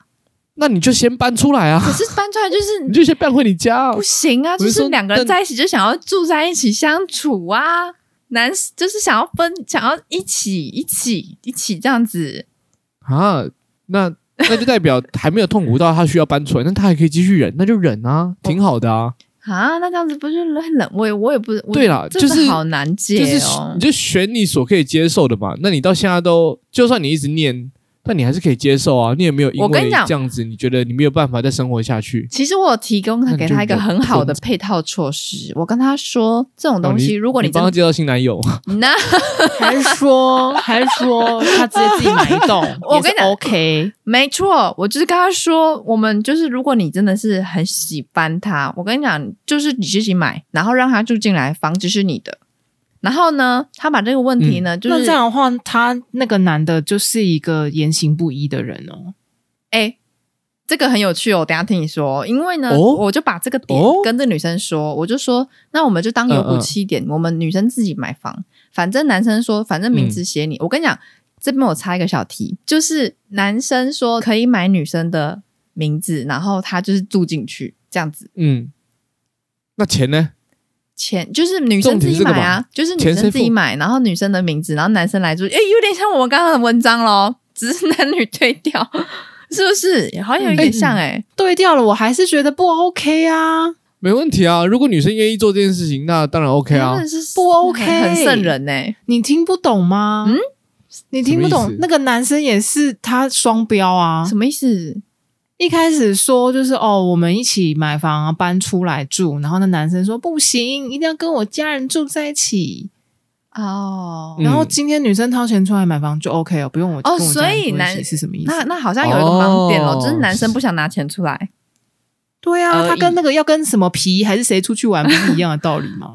Speaker 1: 那你就先搬出来
Speaker 3: 可
Speaker 1: 啊，
Speaker 3: 是搬出来就
Speaker 1: 你
Speaker 3: 是
Speaker 1: 就先搬回你家、啊
Speaker 3: 不。行啊，
Speaker 1: 我
Speaker 3: 就是是
Speaker 1: 说
Speaker 3: 两个人在一起就想要住在一起相处啊，男就是想要分，想要一起一起一起这样子。
Speaker 1: 啊，那那就代表还没有痛苦到他需要搬出来，那他还可以继续忍，那就忍
Speaker 3: 哦
Speaker 1: 啊，挺好的啊。
Speaker 3: 啊，那这样子不是很冷？我也我也不我
Speaker 1: 对啦
Speaker 3: 真
Speaker 1: 就
Speaker 3: 的
Speaker 1: 是
Speaker 3: 好难解
Speaker 1: 就是
Speaker 3: 哦
Speaker 1: 你。就选你所可以接受的嘛。那你到现在都，就算你一直念，但你还是可以接受啊。你也没有因
Speaker 3: 我跟你
Speaker 1: 为
Speaker 3: 讲
Speaker 1: 这样子，你觉得你没有办法再生活下去。
Speaker 3: 其实我有提供
Speaker 1: 那你
Speaker 3: 给
Speaker 1: 就
Speaker 3: 他一个
Speaker 1: 忍
Speaker 3: 很好的
Speaker 1: 忍
Speaker 3: 配套措施，我跟他说这种东
Speaker 1: 哦
Speaker 3: 西，如果
Speaker 1: 你
Speaker 3: 你真
Speaker 1: 帮他介绍新男友，
Speaker 3: 那
Speaker 2: 还说还说他直接自己买一栋，
Speaker 3: 我跟你讲
Speaker 2: 也是 OK，
Speaker 3: 没错，我就是跟他说，我们就是如果你真的是很喜欢他，我跟你讲，就是你自己买，然后让他住进来，房子是你的。然后呢，他把这个问题
Speaker 1: 嗯
Speaker 3: 呢，就
Speaker 2: 那
Speaker 3: 是
Speaker 2: 这样的话，他那个男的就是一个言行不一的人哦。
Speaker 3: 哎、这个很有趣哦，我等一下听你说。因为呢，
Speaker 1: 哦
Speaker 3: 我就把这个点
Speaker 1: 哦
Speaker 3: 跟这女生说，我就说，那我们就当有
Speaker 1: 嗯
Speaker 3: 补
Speaker 1: 嗯
Speaker 3: 七点，我们女生自己买房，反正男生说，反正名字写
Speaker 1: 嗯
Speaker 3: 你。我跟你讲，这边我插一个小题，就是男生说可以买女生的名字，然后他就是住进去这样子。
Speaker 1: 嗯，那钱呢？
Speaker 3: 钱就是女生自己买啊，就是女
Speaker 1: 钱谁
Speaker 3: 生自己
Speaker 1: 付
Speaker 3: 买，然后女生的名字，然后男生来注，哎、有点像我们刚刚的文章咯，只是男女对调，是不是？好像有一
Speaker 1: 嗯
Speaker 3: 点像哎、
Speaker 2: 对调了，我还是觉得不 OK 啊，
Speaker 1: 没问题啊。如果女生愿意做这件事情，那当然 OK 啊
Speaker 3: 真。的是
Speaker 2: 不 OK
Speaker 3: 很瘆人哎、
Speaker 2: 你听不懂吗？
Speaker 3: 嗯，
Speaker 2: 你听不
Speaker 1: 什么意
Speaker 2: 懂
Speaker 1: 思，
Speaker 2: 那个男生也是他双标啊
Speaker 3: 什。么意思？
Speaker 2: 一开始说就是哦，我们一起买房啊，搬出来住，然后那男生说不行，一定要跟我家人住在一起。
Speaker 3: 哦，
Speaker 1: 嗯
Speaker 2: 然后今天女生掏钱出来买房就 OK 哦，不用我
Speaker 3: 哦
Speaker 2: 跟我家人住
Speaker 3: 所以
Speaker 2: 在一起
Speaker 3: 男
Speaker 2: 是什么意思？
Speaker 3: 那那好像有一个盲点咯，
Speaker 1: 哦
Speaker 3: 就是男生不想拿钱出来
Speaker 2: 对啊，
Speaker 3: 呃
Speaker 1: 而
Speaker 2: 他
Speaker 1: 已
Speaker 2: 跟那个要跟什么皮还是谁出去玩不是一样的道理 吗？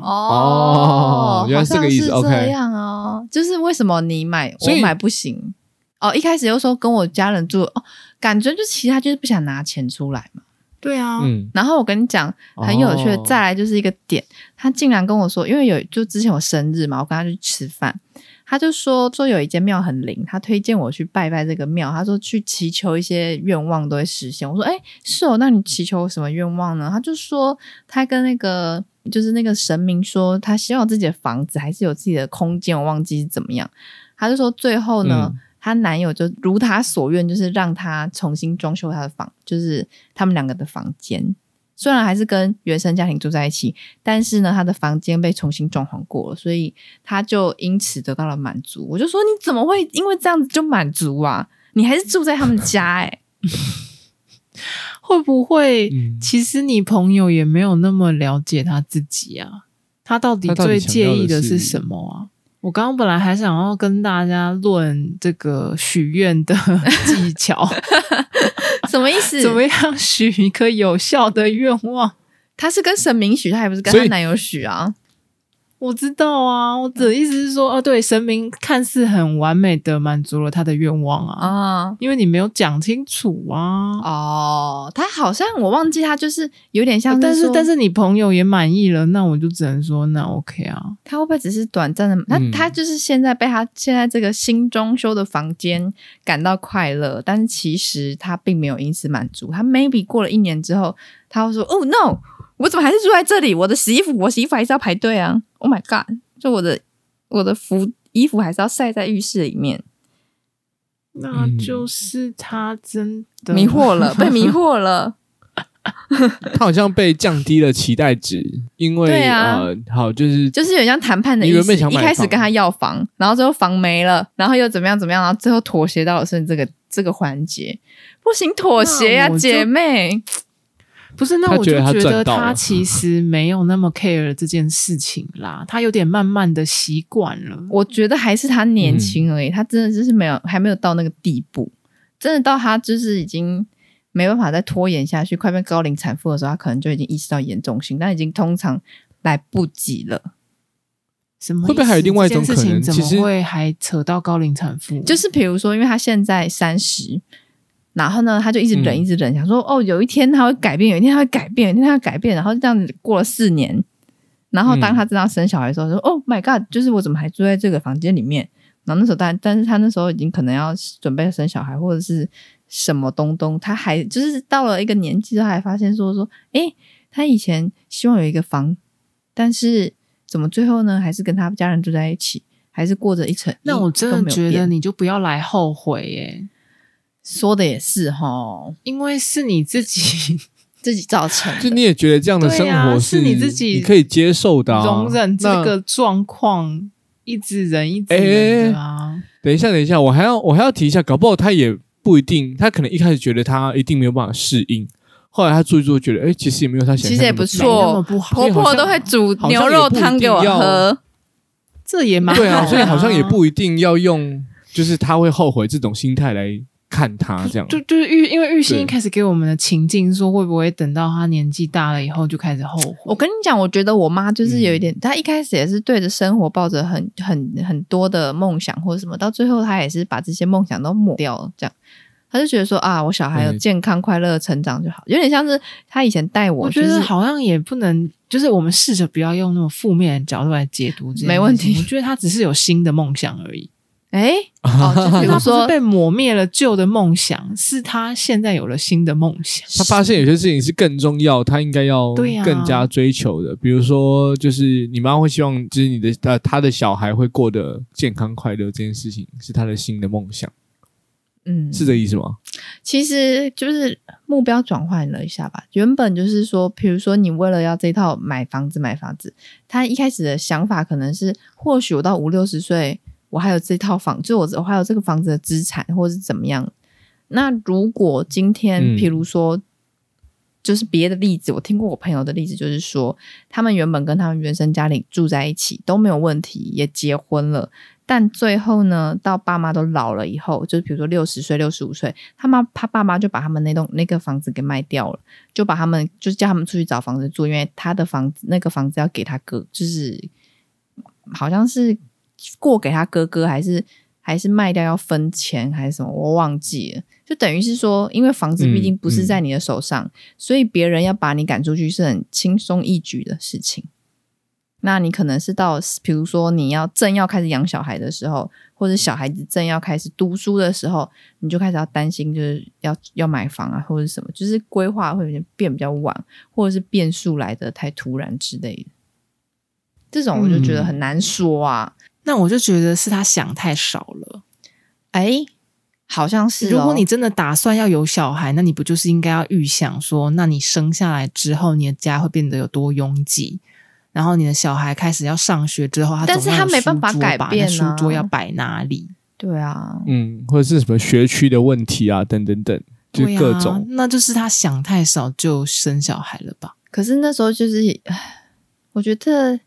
Speaker 1: 哦原来是这个意思
Speaker 3: 好像是
Speaker 1: OK
Speaker 3: 这样哦，就是为什么你买我
Speaker 1: 所以
Speaker 3: 买不行？哦，一开始又说跟我家人住，哦，感觉就其实他就是不想拿钱出来嘛。
Speaker 2: 对啊，
Speaker 1: 嗯，
Speaker 3: 然后我跟你讲，很有趣的。
Speaker 1: 哦
Speaker 3: 再来就是一个点，他竟然跟我说，因为有就之前我生日嘛，我跟他去吃饭，他就说说有一间庙很灵，他推荐我去拜拜这个庙，他说去祈求一些愿望都会实现。我说哎、是哦，那你祈求什么愿望呢？他就说他跟那个就是那个神明说，他希望自己的房子还是有自己的空间，我忘记是怎么样。他就说最后呢。
Speaker 1: 嗯
Speaker 3: 她男友就如她所愿，就是让她重新装修她的房，就是他们两个的房间。虽然还是跟原生家庭住在一起，但是呢，她的房间被重新装潢过了，所以她就因此得到了满足。我就说，你怎么会因为这样子就满足啊？你还是住在他们家哎、
Speaker 2: 会不会
Speaker 1: 嗯
Speaker 2: 其实你朋友也没有那么了解他自己啊，他到底
Speaker 1: 他到
Speaker 2: 最
Speaker 1: 底想
Speaker 2: 介
Speaker 1: 要
Speaker 2: 意
Speaker 1: 的
Speaker 2: 的
Speaker 1: 是
Speaker 2: 是什么啊？我刚刚本来还想要跟大家论这个许愿的技 巧，
Speaker 3: 什么意思？
Speaker 2: 怎么样许一个有效的愿望？
Speaker 3: 她是跟神明许，她还不是跟
Speaker 1: 所
Speaker 3: 她
Speaker 1: 以
Speaker 3: 男友许啊？
Speaker 2: 我知道啊，我的意思是说，啊，对，神明看似很完美的满足了他的愿望啊，
Speaker 3: 啊
Speaker 2: 因为你没有讲清楚啊。
Speaker 3: 哦，她好像我忘记，她就是有点像
Speaker 2: 呃但
Speaker 3: 是
Speaker 2: 是
Speaker 3: 说，
Speaker 2: 但是你朋友也满意了，那我就只能说那 OK 啊。
Speaker 3: 他会不会只是短暂的？他、
Speaker 1: 嗯
Speaker 3: 他就是现在被他现在这个新装修的房间感到快乐，但是其实他并没有因此满足。他 maybe 过了一年之后，他会说：“哦、no，我怎么还是住在这里？我的洗衣服，我洗衣服还是要排队啊！Oh my god，就我的我的服衣服还是要晒在浴室里面。
Speaker 2: 那
Speaker 1: 嗯
Speaker 2: 就是他真”的
Speaker 3: 迷 惑了，被迷惑了。
Speaker 1: 他好像被降低了期待值，因为
Speaker 3: 对啊
Speaker 1: 呃，好就是
Speaker 3: 就是有点像谈判的意
Speaker 1: 你原
Speaker 3: 思，
Speaker 1: 本想
Speaker 3: 一
Speaker 1: 买
Speaker 3: 开始
Speaker 1: 房
Speaker 3: 跟他要房，然后最后房没了，然后又怎么样怎么样，然后最后妥协到了剩这个这个环节，不行妥协呀、
Speaker 2: 那
Speaker 3: 啊，
Speaker 2: 我就
Speaker 3: 姐妹，
Speaker 2: 不是，那
Speaker 1: 他
Speaker 2: 我就
Speaker 1: 觉得他
Speaker 2: 觉
Speaker 1: 赚
Speaker 2: 得
Speaker 1: 到
Speaker 2: 他
Speaker 1: 了
Speaker 2: 其实没有那么 care 这件事情啦，他有点慢慢的习惯了。
Speaker 3: 我觉得还是他年轻
Speaker 1: 嗯
Speaker 3: 而已，他真的就是没有还没有到那个地步，真的到他就是已经没办法再拖延下去，快变高龄产妇的时候，他可能就已经意识到严重性，但已经通常来不及了。
Speaker 2: 什么意思？
Speaker 1: 会不会还有另外一种
Speaker 2: 这件事情
Speaker 1: 可能
Speaker 2: 怎
Speaker 1: 其
Speaker 2: 么
Speaker 1: 实
Speaker 2: 会还扯到高龄产妇？
Speaker 3: 就是比如说，因为他现在三十，然后呢，他就一直忍，
Speaker 1: 嗯
Speaker 3: 一直忍，想说哦，有一天他会改变，有一天他会改变，有一天他会改变，然后这样子过了四年，然后当
Speaker 1: 嗯
Speaker 3: 他知道生小孩的时候，
Speaker 2: 嗯
Speaker 3: 说哦，My God，就是我怎么还住在这个房间里面？然后那时候但但是他那时候已经可能要准备生小孩或者是什么东东，他还就是到了一个年纪，他还发现说说，诶，他以前希望有一个房，但是怎么最后呢，还是跟他家人住在一起，还是过着一层，
Speaker 2: 那我真
Speaker 3: 都
Speaker 2: 的
Speaker 3: 没有
Speaker 2: 觉
Speaker 3: 变
Speaker 2: 得你就不要来后悔耶，
Speaker 3: 说的也是哈，
Speaker 2: 因为是你自己
Speaker 3: 自己造成
Speaker 1: 就
Speaker 3: 的。
Speaker 1: 你也觉得这样的生
Speaker 2: 对啊
Speaker 1: 活
Speaker 2: 是你自己
Speaker 1: 你可以接受的啊、
Speaker 2: 容忍这
Speaker 1: 那
Speaker 2: 个状况，一直忍一直忍的啊。
Speaker 1: 等一下，等一下，我还要我还要提一下，搞不好他也不一定，他可能一开始觉得他一定没有办法适应，后来他做一做，觉得哎、诶其实也没有他想象
Speaker 3: 其实也
Speaker 1: 那么
Speaker 3: 不
Speaker 1: 糟
Speaker 2: 没那么
Speaker 3: 错
Speaker 2: 不好，
Speaker 3: 婆婆都会煮牛肉汤给我
Speaker 1: 好像也
Speaker 3: 喝，
Speaker 2: 这也蛮
Speaker 1: 对
Speaker 2: 好
Speaker 1: 啊，
Speaker 2: 的
Speaker 1: 所以好像也不一定要用，就是他会后悔这种心态来看他这样。
Speaker 2: 就就是玉，因为玉鑫
Speaker 1: 对
Speaker 2: 一开始给我们的情境说，会不会等到他年纪大了以后就开始后
Speaker 3: 我
Speaker 2: 悔？
Speaker 3: 跟你讲，我觉得我妈就是有一点，她一开始也是对着生活抱着很很很多的梦想或者什么，到最后她也是把这些梦想都抹掉了，这样。她就觉得说啊，我小孩有
Speaker 1: 对
Speaker 3: 健康快乐的成长就好，有点像是她以前带我，
Speaker 2: 我觉
Speaker 3: 就是
Speaker 2: 得好像也不能，就是我们试着不要用那种负面的角度来解读这件事情
Speaker 3: 没问题
Speaker 2: 我觉得他只是有新的梦想而已，
Speaker 3: 哎，哦，就
Speaker 2: 他
Speaker 3: 比如
Speaker 2: 不是
Speaker 3: 说
Speaker 2: 被磨灭了旧的梦想，是他现在有了新的梦想。
Speaker 1: 他发现有些事情是更重要，他应该要
Speaker 2: 对呀
Speaker 1: 更加追求的。比如说，就是你妈会希望，就是你的呃，他的小孩会过得健康快乐这件事情，是他的新的梦想，
Speaker 3: 嗯，
Speaker 1: 是这意思吗？
Speaker 3: 其实就是目标转换了一下吧。原本就是说，比如说你为了要这套买房子买房子，他一开始的想法可能是，或许我到五六十岁，我还有这套房，就我我还有这个房子的资产，或是怎么样。那如果今天，
Speaker 1: 嗯
Speaker 3: 譬如说，就是别的例子，我听过我朋友的例子，就是说，他们原本跟他们原生家庭住在一起都没有问题，也结婚了，但最后呢，到爸妈都老了以后，就是比如说六十岁、六十五岁，他妈他爸妈就把他们那栋那个房子给卖掉了，就把他们就是叫他们出去找房子住，因为他的房子那个房子要给他哥，就是好像是过给他哥哥，还是还是卖掉要分钱还是什么，我忘记了。就等于是说，因为房子毕竟不是在你的手上，所以别人要把你赶出去是很轻松易举的事情。那你可能是到，比如说你要正要开始养小孩的时候，或者小孩子正要开始读书的时候，你就开始要担心，就是要要买房啊，或者是什么，就是规划会有点变比较晚，或者是变数来的太突然之类的。这种我就觉得很
Speaker 2: 嗯
Speaker 3: 难说啊。
Speaker 2: 那我就觉得是他想太少了。
Speaker 3: 哎、好像是、哦。
Speaker 2: 如果你真的打算要有小孩，那你不就是应该要预想说，那你生下来之后，你的家会变得有多拥挤？然后你的小孩开始要上学之后，他
Speaker 3: 但是
Speaker 2: 总要有
Speaker 3: 他没办法
Speaker 2: 书桌吧
Speaker 3: 改变
Speaker 2: 那书
Speaker 3: 啊
Speaker 2: 桌要摆哪里？
Speaker 3: 对啊，
Speaker 1: 嗯，或者是什么学区的问题啊，等等等，就
Speaker 2: 对
Speaker 1: 是
Speaker 2: 啊
Speaker 1: 各种。
Speaker 2: 那就是他想太少就生小孩了吧？
Speaker 3: 可是那时候就是，唉我觉得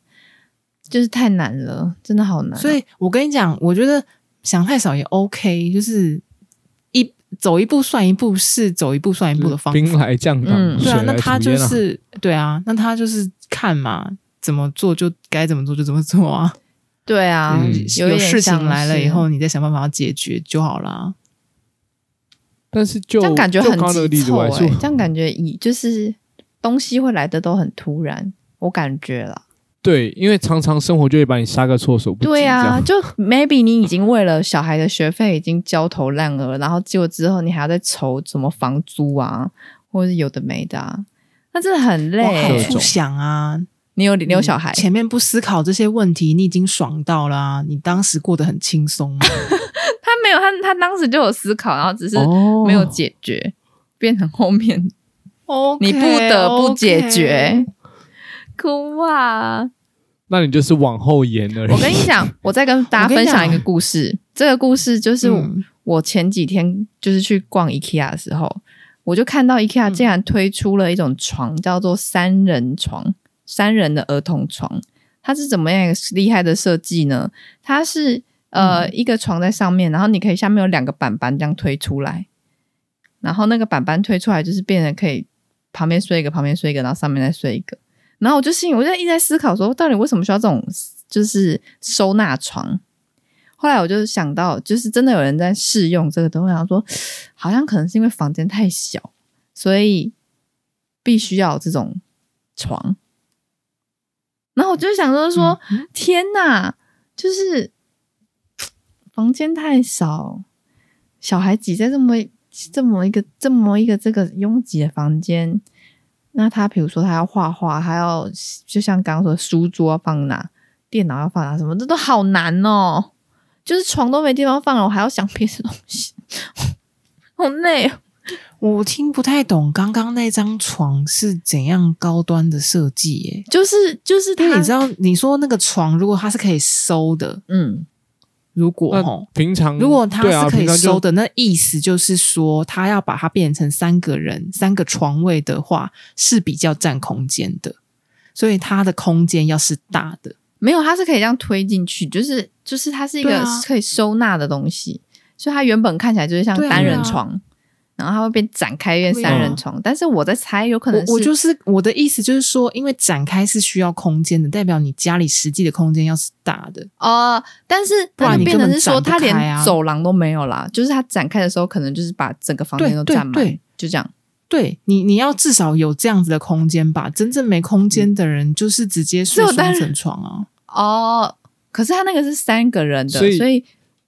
Speaker 3: 就是太难了，真的好
Speaker 1: 嗯
Speaker 3: 难哦、
Speaker 2: 所以我跟你讲，我觉得想太少也 OK，就是一走一步算一步，是走一步算一步的方法。
Speaker 1: 兵来将挡，
Speaker 3: 嗯
Speaker 2: 对
Speaker 1: 水
Speaker 2: 啊，那
Speaker 1: 来
Speaker 2: 他
Speaker 1: 土
Speaker 2: 就
Speaker 1: 掩啊。
Speaker 2: 是对啊，那他就是看嘛，怎么做就该怎么做就怎么做啊。
Speaker 3: 对啊，
Speaker 1: 嗯
Speaker 3: 有一点
Speaker 2: 事情
Speaker 3: 像
Speaker 2: 来了以
Speaker 3: 是
Speaker 2: 后，你再想办法要解决就好啦。
Speaker 1: 但是就
Speaker 3: 这样感觉
Speaker 1: 就
Speaker 3: 很
Speaker 1: 刚刚那个例
Speaker 3: 急
Speaker 1: 子
Speaker 3: 凑
Speaker 1: 来
Speaker 3: 哎、
Speaker 1: 说，
Speaker 3: 这样感觉以就是东西会来的都很突然，我感觉啦。
Speaker 1: 对，因为常常生活就会把你杀个措 手不及。
Speaker 3: 对
Speaker 1: 这
Speaker 3: 啊，
Speaker 1: 样
Speaker 3: 就 maybe 你已经为了小孩的学费已经焦头烂额，然后结果之后你还要再愁什么房租啊，或者是有的没的、啊，那真的很累、欸
Speaker 2: 往好
Speaker 1: 各
Speaker 2: 处
Speaker 1: 种
Speaker 2: 想 啊，
Speaker 3: 你有你
Speaker 1: 嗯
Speaker 3: 有小孩，
Speaker 2: 前面不思考这些问题，你已经爽到啦、你当时过得很轻松嘛。
Speaker 3: 他没有，他他当时就有思考，然后只是
Speaker 1: 哦，
Speaker 3: 没有解决，变成后面
Speaker 2: 哦，
Speaker 3: 你不得不解决。哭啊！
Speaker 1: 那你就是往后延而已。
Speaker 3: 我跟你讲，我再跟大家分享一个故事。这个故事就是
Speaker 2: 嗯
Speaker 3: 我前几天就是去逛 IKEA 的时候，我就看到 IKEA 竟然推出了一种床，叫做三人床，三人的儿童床。它是怎么样一个厉害的设计呢？它是呃、一个床在上面，然后你可以下面有两个板板这样推出来，然后那个板板推出来就是变成可以旁边睡一个，旁边睡一个，然后上面再睡一个。然后我就心里我就一直在思考说，到底为什么需要这种就是收纳床？后来我就想到，就是真的有人在试用这个东西，然后说好像可能是因为房间太小，所以必须要有这种床。然后我就想说说，天哪，就是房间太少，小孩挤在这么这么一个这么一个这个拥挤的房间，那他比如说他要画画，他要就像刚刚说的书桌要放哪，电脑要放哪，什么这都好难哦。就是床都没地方放了，我还要想别的东西，好累哦。
Speaker 2: 我听不太懂刚刚那张床是怎样高端的设计耶、
Speaker 3: 就是就是他
Speaker 2: 因为你知道，你说那个床如果它是可以收的，
Speaker 3: 嗯，
Speaker 2: 如果
Speaker 3: 呃
Speaker 1: 那
Speaker 2: 吼
Speaker 1: 平常
Speaker 2: 如果它
Speaker 1: 对啊
Speaker 2: 是可以
Speaker 1: 平常就
Speaker 2: 收的，那意思就是说，它要把它变成三个人三个床位的话，是比较占空间的，所以它的空间要是大的。
Speaker 3: 没有，它是可以这样推进去，就是就是它是一
Speaker 2: 对
Speaker 3: 个
Speaker 2: 啊
Speaker 3: 可以收纳的东西，所以它原本看起来就是像
Speaker 2: 对啊啊
Speaker 3: 单人床，然后它会变展开变三人床，但是我在猜，有可能是
Speaker 2: 我我就是我的意思就是说，因为展开是需要空间的，代表你家里实际的空间要是大的，
Speaker 3: 哦、但是
Speaker 2: 不然
Speaker 3: 它就
Speaker 2: 你
Speaker 3: 变
Speaker 2: 根本
Speaker 3: 成是说
Speaker 2: 展不开
Speaker 3: 它
Speaker 2: 啊
Speaker 3: 连走廊都没有啦，就是它展开的时候，可能就是把整个房间
Speaker 2: 对
Speaker 3: 都
Speaker 2: 对
Speaker 3: 占满
Speaker 2: 对，
Speaker 3: 就这样。
Speaker 2: 对你，你要至少有这样子的空间吧。真正没空间的人，就是直接
Speaker 3: 嗯只
Speaker 2: 睡
Speaker 3: 有单
Speaker 2: 双
Speaker 3: 人
Speaker 2: 层床啊。
Speaker 3: 哦，可是他那个是三个人的，
Speaker 1: 所以
Speaker 3: 所以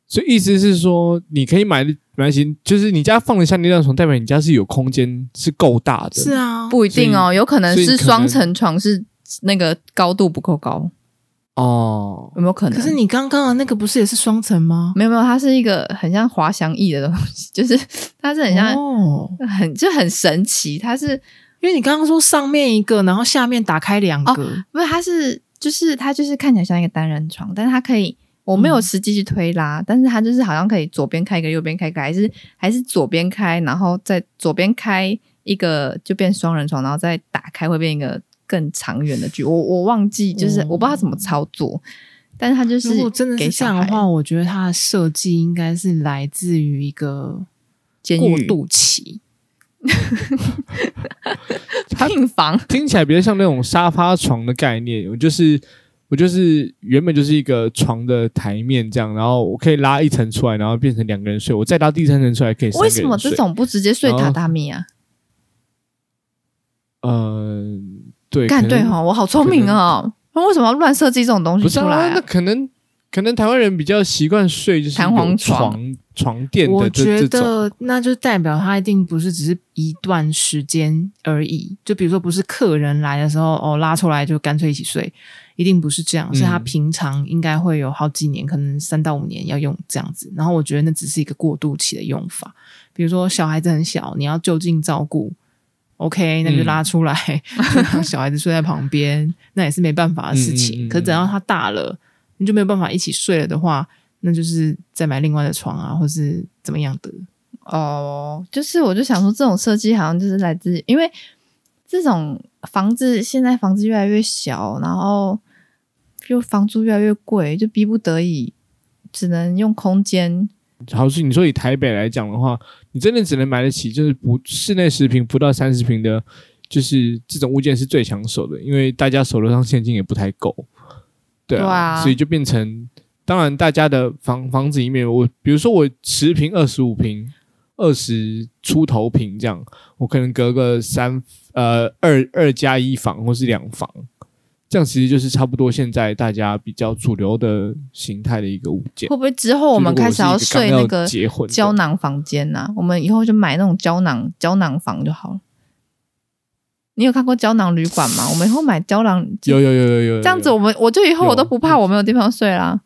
Speaker 1: 所以意思是说，你可以买的买行，就是你家放得下那张床，代表你家是有空间，是够大的。
Speaker 2: 是啊，
Speaker 3: 不一定哦，有可能
Speaker 1: 所以
Speaker 3: 是
Speaker 1: 可能
Speaker 3: 双层床是那个高度不够高，
Speaker 1: 哦，
Speaker 3: 有没有可能？
Speaker 2: 可是你刚刚的那个不是也是双层吗？
Speaker 3: 没有没有，它是一个很像滑翔翼的东西，就是它是很像、
Speaker 2: 哦，
Speaker 3: 很就很神奇，它是
Speaker 2: 因为你刚刚说上面一个，然后下面打开两
Speaker 3: 哦
Speaker 2: 个，
Speaker 3: 不是它是就是它就是看起来像一个单人床，但是它可以。我
Speaker 2: 嗯
Speaker 3: 没有实际去推拉，但是它就是好像可以左边开一个，右边开一个，还是还是左边开，然后再左边开一个就变双人床，然后再打开会变一个更长远的距。我我忘记，就是、
Speaker 2: 哦
Speaker 3: 我不知道它怎么操作，但是它就是
Speaker 2: 如果真的
Speaker 3: 给
Speaker 2: 是这
Speaker 3: 小
Speaker 2: 样的
Speaker 3: 孩
Speaker 2: 话，我觉得它的设计应该是来自于一个
Speaker 3: 监
Speaker 2: 过
Speaker 3: 狱
Speaker 2: 渡期。
Speaker 1: 它
Speaker 3: 病房，
Speaker 1: 听起来比较像那种沙发床的概念，我就是我就是原本就是一个床的台面这样，然后我可以拉一层出来，然后变成两个人睡，我再拉第三层出来可以三个
Speaker 3: 为
Speaker 1: 人
Speaker 3: 什
Speaker 1: 睡。
Speaker 3: 么这？种不直接睡
Speaker 1: 然后
Speaker 3: 榻榻米啊？
Speaker 1: 呃，对，
Speaker 3: 干
Speaker 1: 可能
Speaker 3: 对哈、哦，我好聪明哦！那为什么要乱设计这种东西
Speaker 1: 不是
Speaker 3: 出
Speaker 1: 啊
Speaker 3: 来、，
Speaker 1: 那可能可能台湾人比较习惯睡就是
Speaker 3: 弹簧
Speaker 1: 有
Speaker 3: 床
Speaker 1: 床床垫
Speaker 2: 我
Speaker 1: 的这这
Speaker 2: 觉
Speaker 1: 种。
Speaker 2: 得那就代表它一定不是只是一段时间而已。就比如说，不是客人来的时候哦拉出来就干脆一起睡，一定不是这样。
Speaker 1: 嗯
Speaker 2: 是他平常应该会有好几年，可能三到五年要用这样子。然后我觉得那只是一个过渡期的用法。比如说小孩子很小，你要就近照顾。OK，那就
Speaker 1: 嗯
Speaker 2: 拉出来，就让小孩子睡在旁边，那也是没办法的
Speaker 1: 嗯
Speaker 2: 事
Speaker 1: 嗯嗯
Speaker 2: 情。
Speaker 1: 嗯
Speaker 2: 可等到他大了，你就没有办法一起睡了的话，那就是再买另外的床啊，或是怎么样的。
Speaker 3: 哦，就是我就想说，这种设计好像就是来自，因为这种房子现在房子越来越小，然后就房租越来越贵，就逼不得已只能用空间。
Speaker 1: 好，是你说以台北来讲的话，你真的只能买得起，就是不室内十平不到三十平的，就是这种物件是最抢手的，因为大家手头上现金也不太够，对啊，
Speaker 3: 对啊
Speaker 1: 所以就变成，当然大家的房房子里面，我比如说我十平、二十五平、二十出头平这样，我可能隔个三呃二二加一房或是两房。这样其实就是差不多现在大家比较主流的形态的一个物件。
Speaker 3: 会不会之后我们开始
Speaker 1: 如果是一
Speaker 3: 睡
Speaker 1: 刚
Speaker 3: 那个
Speaker 1: 结婚的
Speaker 3: 胶囊房间呐、我们以后就买那种胶囊胶囊房就好了。你有看过胶囊旅馆吗？我们以后买胶囊
Speaker 1: 有有有有有有有
Speaker 3: 这样子，我们我就以后我都
Speaker 1: 有嗯
Speaker 3: 不怕我没有地方睡啦。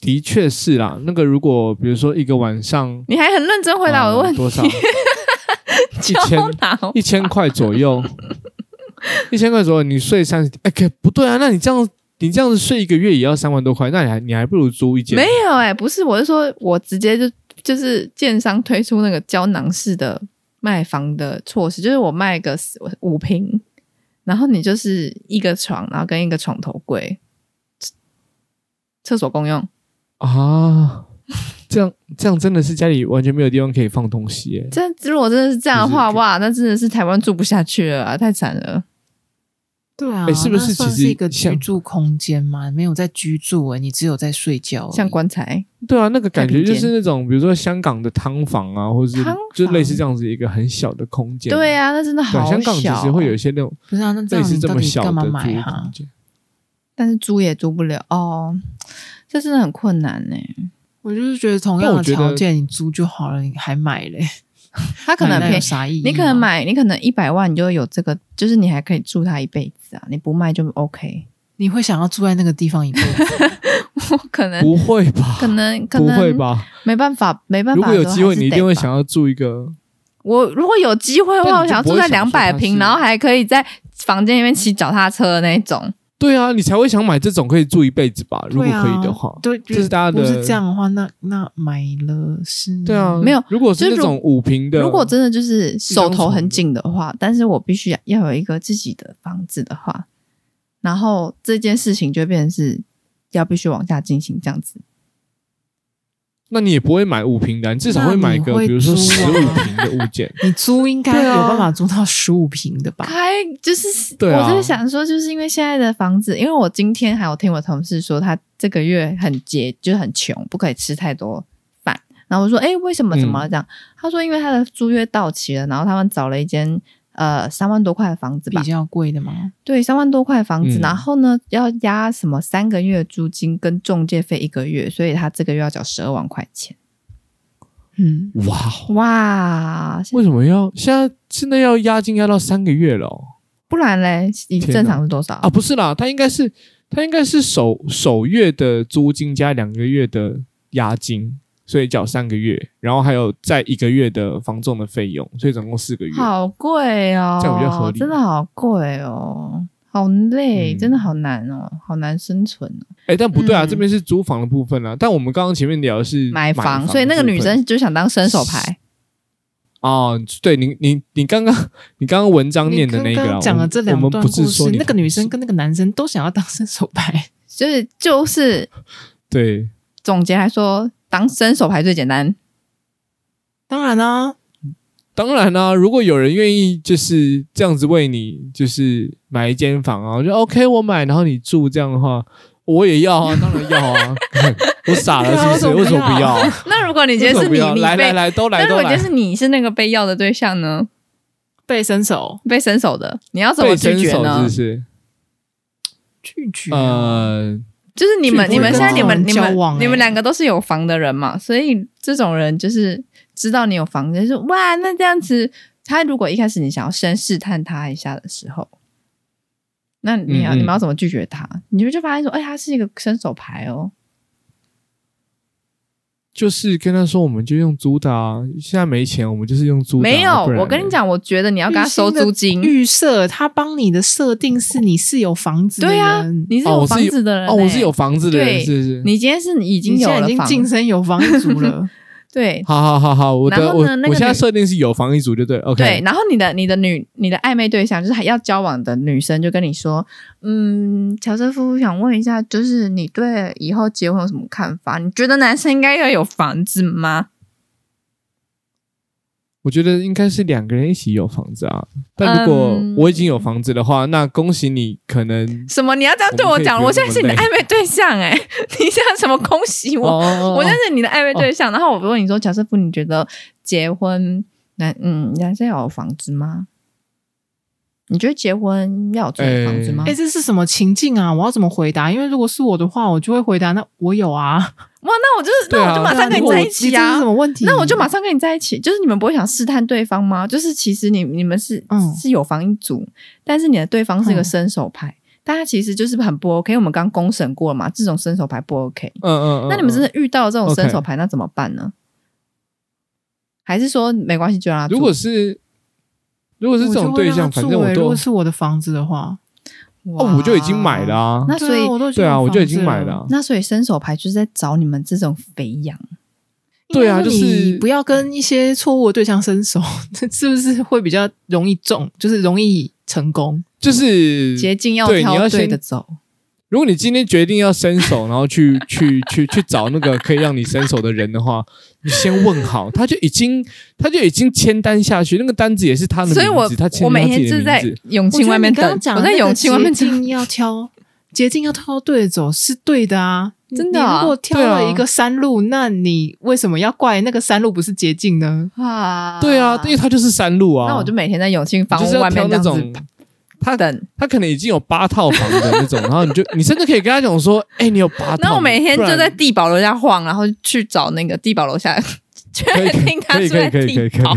Speaker 1: 的确是啦。那个如果比如说一个晚上，
Speaker 3: 你还很认真回答我的
Speaker 1: 呃
Speaker 3: 问题，
Speaker 1: 多少一千
Speaker 3: 胶囊
Speaker 1: 一千块左右， 一千块左右，你睡三十，哎，可不对啊，那你这样你这样子睡一个月也要三万多块，那你还你还不如租一间，
Speaker 3: 没有哎、不是，我是说我直接就就是建商推出那个胶囊式的卖房的措施，就是我卖个四五平，然后你就是一个床，然后跟一个床头柜，厕厕所公用，
Speaker 1: 啊。这样这样真的是家里完全没有地方可以放东西耶，
Speaker 3: 这如果真的是这样的话，
Speaker 1: 就是
Speaker 3: 哇，那真的是台湾住不下去了、啊，太惨了。
Speaker 2: 对啊，
Speaker 1: 哎是不是
Speaker 2: 那算
Speaker 1: 其实
Speaker 2: 是一个居
Speaker 1: 像
Speaker 2: 住空间嘛？没有在居住、欸，你只有在睡
Speaker 1: 哦
Speaker 2: 觉而已。
Speaker 3: 像棺材，
Speaker 1: 对啊，那个感觉
Speaker 3: 太平
Speaker 1: 就
Speaker 3: 间
Speaker 1: 是那种比如说香港的汤房啊，或者是
Speaker 3: 汤
Speaker 1: 就类似
Speaker 3: 房
Speaker 1: 这样子一个很小的空间，
Speaker 3: 对啊，那真的
Speaker 1: 对
Speaker 3: 好
Speaker 1: 香港其
Speaker 3: 小
Speaker 1: 实
Speaker 3: 哦
Speaker 1: 会有一些那种
Speaker 2: 不是啊？那这
Speaker 1: 类
Speaker 2: 样
Speaker 1: 似
Speaker 2: 你
Speaker 1: 这
Speaker 2: 到
Speaker 1: 么
Speaker 2: 底
Speaker 1: 小
Speaker 2: 干
Speaker 1: 的
Speaker 2: 嘛
Speaker 1: 租屋
Speaker 2: 买啊
Speaker 1: 空
Speaker 2: 哈？
Speaker 1: 间。
Speaker 3: 但是租也租不了哦，这真的很困难呢、
Speaker 2: 我就是觉得同
Speaker 1: 但
Speaker 2: 样
Speaker 1: 我
Speaker 2: 的
Speaker 1: 觉得
Speaker 2: 条件，你租就好了，你还买嘞、
Speaker 3: 它可能
Speaker 2: 买那
Speaker 3: 便
Speaker 2: 有
Speaker 3: 宜，
Speaker 2: 啥意义？
Speaker 3: 你可能。买，你可能一百万，你就有这个，就是你还可以住它一辈子啊，你不卖就 OK。
Speaker 2: 你会想要住在那个地方一辈子？
Speaker 3: 我 可能
Speaker 1: 不会吧？
Speaker 3: 呃可能可
Speaker 1: 不
Speaker 3: 能
Speaker 1: 会吧？
Speaker 3: 没办法，没办法。
Speaker 1: 如果有机会，你一定会想
Speaker 3: 要。
Speaker 1: 要住一个。
Speaker 3: 我如果有机会的话，
Speaker 1: 但
Speaker 3: 我
Speaker 1: 你就
Speaker 3: 想要
Speaker 1: 不
Speaker 3: 住
Speaker 1: 会
Speaker 3: 在
Speaker 1: 想
Speaker 3: 两
Speaker 1: 说
Speaker 3: 百
Speaker 1: 它
Speaker 3: 平，
Speaker 1: 是
Speaker 3: 然后还可以在房间里面骑脚踏车的那一种。
Speaker 1: 对啊，你才会想买这种可以住一辈子吧？ 如果
Speaker 2: 对啊
Speaker 1: 可以的话，
Speaker 2: 对，
Speaker 1: 这是大家的
Speaker 2: 不是这样的话，那那买了是？
Speaker 1: 对啊，
Speaker 3: 没有
Speaker 1: 如果是
Speaker 3: 就
Speaker 1: 那
Speaker 3: 如
Speaker 1: 种五平的，
Speaker 3: 如果真的就是手
Speaker 1: 张
Speaker 3: 头
Speaker 1: 床
Speaker 3: 很
Speaker 1: 的
Speaker 3: 紧的话，但是我必须要有一个自己的房子的话，然后这件事情就会变成是要必须往下进行这样子。
Speaker 1: 那你也不会买五平的，你至少
Speaker 2: 那
Speaker 1: 会买
Speaker 2: 你
Speaker 1: 个
Speaker 2: 会
Speaker 1: 比如说
Speaker 2: 租
Speaker 1: 十
Speaker 2: 啊
Speaker 1: 五平的物件。
Speaker 2: 你租应该
Speaker 1: 对啊
Speaker 2: 有办法租到十五平的吧？
Speaker 3: 开就是，
Speaker 1: 对啊
Speaker 3: 我在想说，就是因为现在的房子，因为我今天还有听我同事说，他这个月很节，就是很穷，不可以吃太多饭。然后我说，哎、为什么？
Speaker 1: 嗯
Speaker 3: 怎么了这样？他说，因为他的租约到期了，然后他们找了一间呃三万多块的房子
Speaker 2: 比
Speaker 3: 吧，
Speaker 2: 较贵的吗？
Speaker 3: 对，三万多块的房子，
Speaker 1: 嗯
Speaker 3: 然后呢要押什么三个月租金跟中介费一个月，所以他这个月要缴十二万块钱。
Speaker 2: 嗯，
Speaker 1: 哇哦，
Speaker 3: 哇，
Speaker 1: 为什么要现在现在要押金押到三个月了哦、
Speaker 3: 不然嘞，你
Speaker 1: 天哪
Speaker 3: 正常是多少
Speaker 1: 啊？不是啦，他应该是他应该是首首月的租金加两个月的押金，所以缴三个月，然后还有再一个月的房仲的费用，所以总共四个月。
Speaker 3: 好贵哦，
Speaker 1: 这样比较合理
Speaker 3: 真的好贵哦，好累，
Speaker 1: 嗯
Speaker 3: 真的好难哦，好难生存哦。
Speaker 1: 哎，但不对啊，
Speaker 3: 嗯
Speaker 1: 这边是租房的部分啊。但我们刚刚前面聊的是
Speaker 3: 买
Speaker 1: 嗯房的部
Speaker 3: 房，
Speaker 1: 分，
Speaker 3: 所以那个女生就想当伸手 牌，
Speaker 1: 哦，对你你你刚刚你刚刚文章念的那
Speaker 2: 你
Speaker 1: 个啊，
Speaker 2: 刚刚讲了这两
Speaker 1: 我们
Speaker 2: 段
Speaker 1: 不是
Speaker 2: 故
Speaker 1: 说
Speaker 2: 事，
Speaker 1: 你
Speaker 2: 那个女生跟那个男生都想要当伸手牌，
Speaker 3: 就是就是
Speaker 1: 对
Speaker 3: 总结来说，当伸手牌最简单。
Speaker 2: 当然啊，
Speaker 1: 当然啦、如果有人愿意就是这样子为你，就是买一间房啊，我就 OK，我买，然后你住这样的话，我也要 啊，当然要啊， 我傻了是不是？
Speaker 2: 对啊
Speaker 1: 为
Speaker 2: 为
Speaker 1: 什么
Speaker 2: 什么
Speaker 1: 不要
Speaker 2: 不要
Speaker 1: 啊？
Speaker 3: 那如果你
Speaker 1: 你
Speaker 3: 今天是你，你
Speaker 1: 来来
Speaker 3: 被，
Speaker 1: 来，都来
Speaker 3: 那如
Speaker 1: 都
Speaker 3: 果今
Speaker 1: 来
Speaker 3: 天，是你是那个被要的对象呢，
Speaker 2: 被伸手
Speaker 3: 被伸手的，你要怎么
Speaker 1: 被
Speaker 3: 拒
Speaker 1: 伸
Speaker 3: 绝
Speaker 1: 手是
Speaker 3: 呢嗯
Speaker 1: 不？是？
Speaker 2: 拒绝啊、
Speaker 1: 呃，
Speaker 3: 就是你们
Speaker 1: 拒绝
Speaker 3: 你们现在
Speaker 1: 不
Speaker 3: 你
Speaker 1: 能
Speaker 3: 们你
Speaker 2: 交往
Speaker 3: 们
Speaker 2: 欸
Speaker 3: 你们两个都是有房的人嘛，所以这种人就是知道你有房，就是哇，那这样子，他如果一开始你想要先试探他一下的时候。那你要
Speaker 1: 嗯嗯
Speaker 3: 你们要怎么拒绝他？你就就发现说，哎、他是一个伸手牌哦，
Speaker 1: 就是跟他说，我们就用租的啊，现在没钱，我们就是用租的啊、
Speaker 3: 没有
Speaker 1: 不。然
Speaker 3: 我跟你
Speaker 1: 呢，
Speaker 3: 讲，我觉得你要跟他收租金，
Speaker 2: 预设他帮你的设定是你是有房子的
Speaker 3: 对呀、
Speaker 2: 人
Speaker 3: 你是
Speaker 1: 哦
Speaker 3: 有
Speaker 1: 我是
Speaker 3: 房子的人、
Speaker 1: 哦，我是有，房子的人，
Speaker 3: 对
Speaker 1: 是不是？
Speaker 3: 你今天是你已经
Speaker 2: 你
Speaker 3: 有
Speaker 2: 现在
Speaker 3: 了
Speaker 2: 已经
Speaker 3: 房，
Speaker 2: 晋升有房族了，
Speaker 3: 对，
Speaker 1: 好好好好，我
Speaker 3: 然
Speaker 1: 的
Speaker 3: 后
Speaker 1: 我
Speaker 3: 呢那个
Speaker 1: 我现在
Speaker 3: 女
Speaker 1: 设定是有房一族就对，OK，
Speaker 3: 对，然后你的你的女你的暧昧对象就是还要交往的女生就跟你说，嗯，乔瑟夫想问一下，就是你对以后结婚有什么看法？你觉得男生应该要有房子吗？
Speaker 1: 我觉得应该是两个人一起有房子啊。但如果
Speaker 3: 嗯
Speaker 1: 我已经有房子的话，那恭喜你，可能
Speaker 3: 什么？你要这样对我讲？
Speaker 1: 我
Speaker 3: 我
Speaker 1: 们可以
Speaker 3: 现在是你的
Speaker 1: 不用
Speaker 3: 暧昧对象哎、你现在什么恭喜我？
Speaker 1: 哦
Speaker 3: 我现在是你的暧昧对象，然后我问你说，乔瑟夫，你觉得结婚男嗯男生要有房子吗？你觉得结婚要有自己的房子吗？
Speaker 2: 哎、这是什么情境啊？我要怎么回答？因为如果是我的话，我就会回答那我有啊，
Speaker 3: 哇，那我就是
Speaker 1: 对
Speaker 3: 那
Speaker 1: 啊
Speaker 3: 我就马上
Speaker 1: 对啊
Speaker 3: 跟你
Speaker 1: 如果
Speaker 3: 在
Speaker 1: 我
Speaker 3: 一
Speaker 2: 你
Speaker 3: 起
Speaker 2: 这
Speaker 3: 啊
Speaker 2: 是什。么问题？
Speaker 3: 那我就马上跟你在一起。就是你们不会想试探对方吗？就是其实你你们是、
Speaker 2: 嗯
Speaker 3: 是有防一组，但是你的对方是一个
Speaker 2: 嗯
Speaker 3: 伸手牌，但他其实就是很不 OK。我们刚公审过了嘛，这种伸手牌不 OK。
Speaker 1: 嗯嗯嗯，
Speaker 3: 那你们真
Speaker 1: 是
Speaker 3: 的遇到这种
Speaker 1: OK
Speaker 3: 伸手牌，那怎么办呢？还是说没关系就让他
Speaker 1: 嗯
Speaker 3: 住？
Speaker 1: 如果是如果是这种对象，
Speaker 2: 我就
Speaker 1: 反正
Speaker 2: 会让他住欸
Speaker 1: 我
Speaker 2: 如
Speaker 1: 都
Speaker 2: 果是我的房子的话，
Speaker 1: 哦，我就已经买了
Speaker 3: 哇
Speaker 1: 啊。
Speaker 3: 那所
Speaker 2: 对
Speaker 3: 以
Speaker 2: 啊我都
Speaker 1: 对啊，我就已
Speaker 2: 有房
Speaker 1: 经
Speaker 2: 子
Speaker 1: 买了啊。
Speaker 3: 那所以伸手牌就是在找你们这种肥羊。
Speaker 1: 对啊就是
Speaker 2: 应该说你不要跟一些错误的对象伸手， 这是不是会比较容易中，就是容易成功？
Speaker 1: 就是
Speaker 3: 捷径要
Speaker 1: 嗯对你
Speaker 3: 挑
Speaker 1: 要
Speaker 3: 对
Speaker 1: 先
Speaker 3: 的走。
Speaker 1: 如果你今天决定要伸手，然后去去去去找那个可以让你伸手的人的话，你先问好，他就已经他就已经签单下去，那个单子也是他的名字，
Speaker 3: 所以我
Speaker 1: 他签
Speaker 3: 我
Speaker 1: 他
Speaker 3: 每
Speaker 1: 自
Speaker 3: 天
Speaker 1: 己的
Speaker 3: 就
Speaker 1: 名
Speaker 3: 在
Speaker 1: 字
Speaker 3: 永庆外面
Speaker 2: 我觉得你刚
Speaker 3: 等
Speaker 2: 刚，讲
Speaker 3: 我
Speaker 2: 的
Speaker 3: 在
Speaker 2: 那个
Speaker 3: 永庆外面
Speaker 2: 捷
Speaker 3: 等。
Speaker 2: 径要挑，捷径要挑对的走是对的啊。
Speaker 3: 真的啊
Speaker 2: 你如果挑了一个山路，那你为什么要怪那个山路不是捷径呢？
Speaker 3: 啊，
Speaker 1: 对啊，因为他就是山路啊。
Speaker 3: 那我就每天在永庆房
Speaker 1: 就是
Speaker 3: 屋
Speaker 1: 要
Speaker 3: 外
Speaker 1: 挑
Speaker 3: 面这
Speaker 1: 那
Speaker 3: 样子
Speaker 1: 种，他
Speaker 3: 等。
Speaker 1: 他可能已经有八套房的那种，然后你就你甚至可以跟他讲说，哎、你有八套，
Speaker 3: 那我每天
Speaker 1: 不
Speaker 3: 就
Speaker 1: 然
Speaker 3: 在地堡楼下晃，然后去找那个地堡楼下
Speaker 1: 可
Speaker 3: 确
Speaker 1: 以
Speaker 3: 定他
Speaker 1: 可以
Speaker 3: 住
Speaker 1: 可以
Speaker 3: 在
Speaker 1: 可以可以
Speaker 3: 地
Speaker 1: 可以
Speaker 3: 堡。，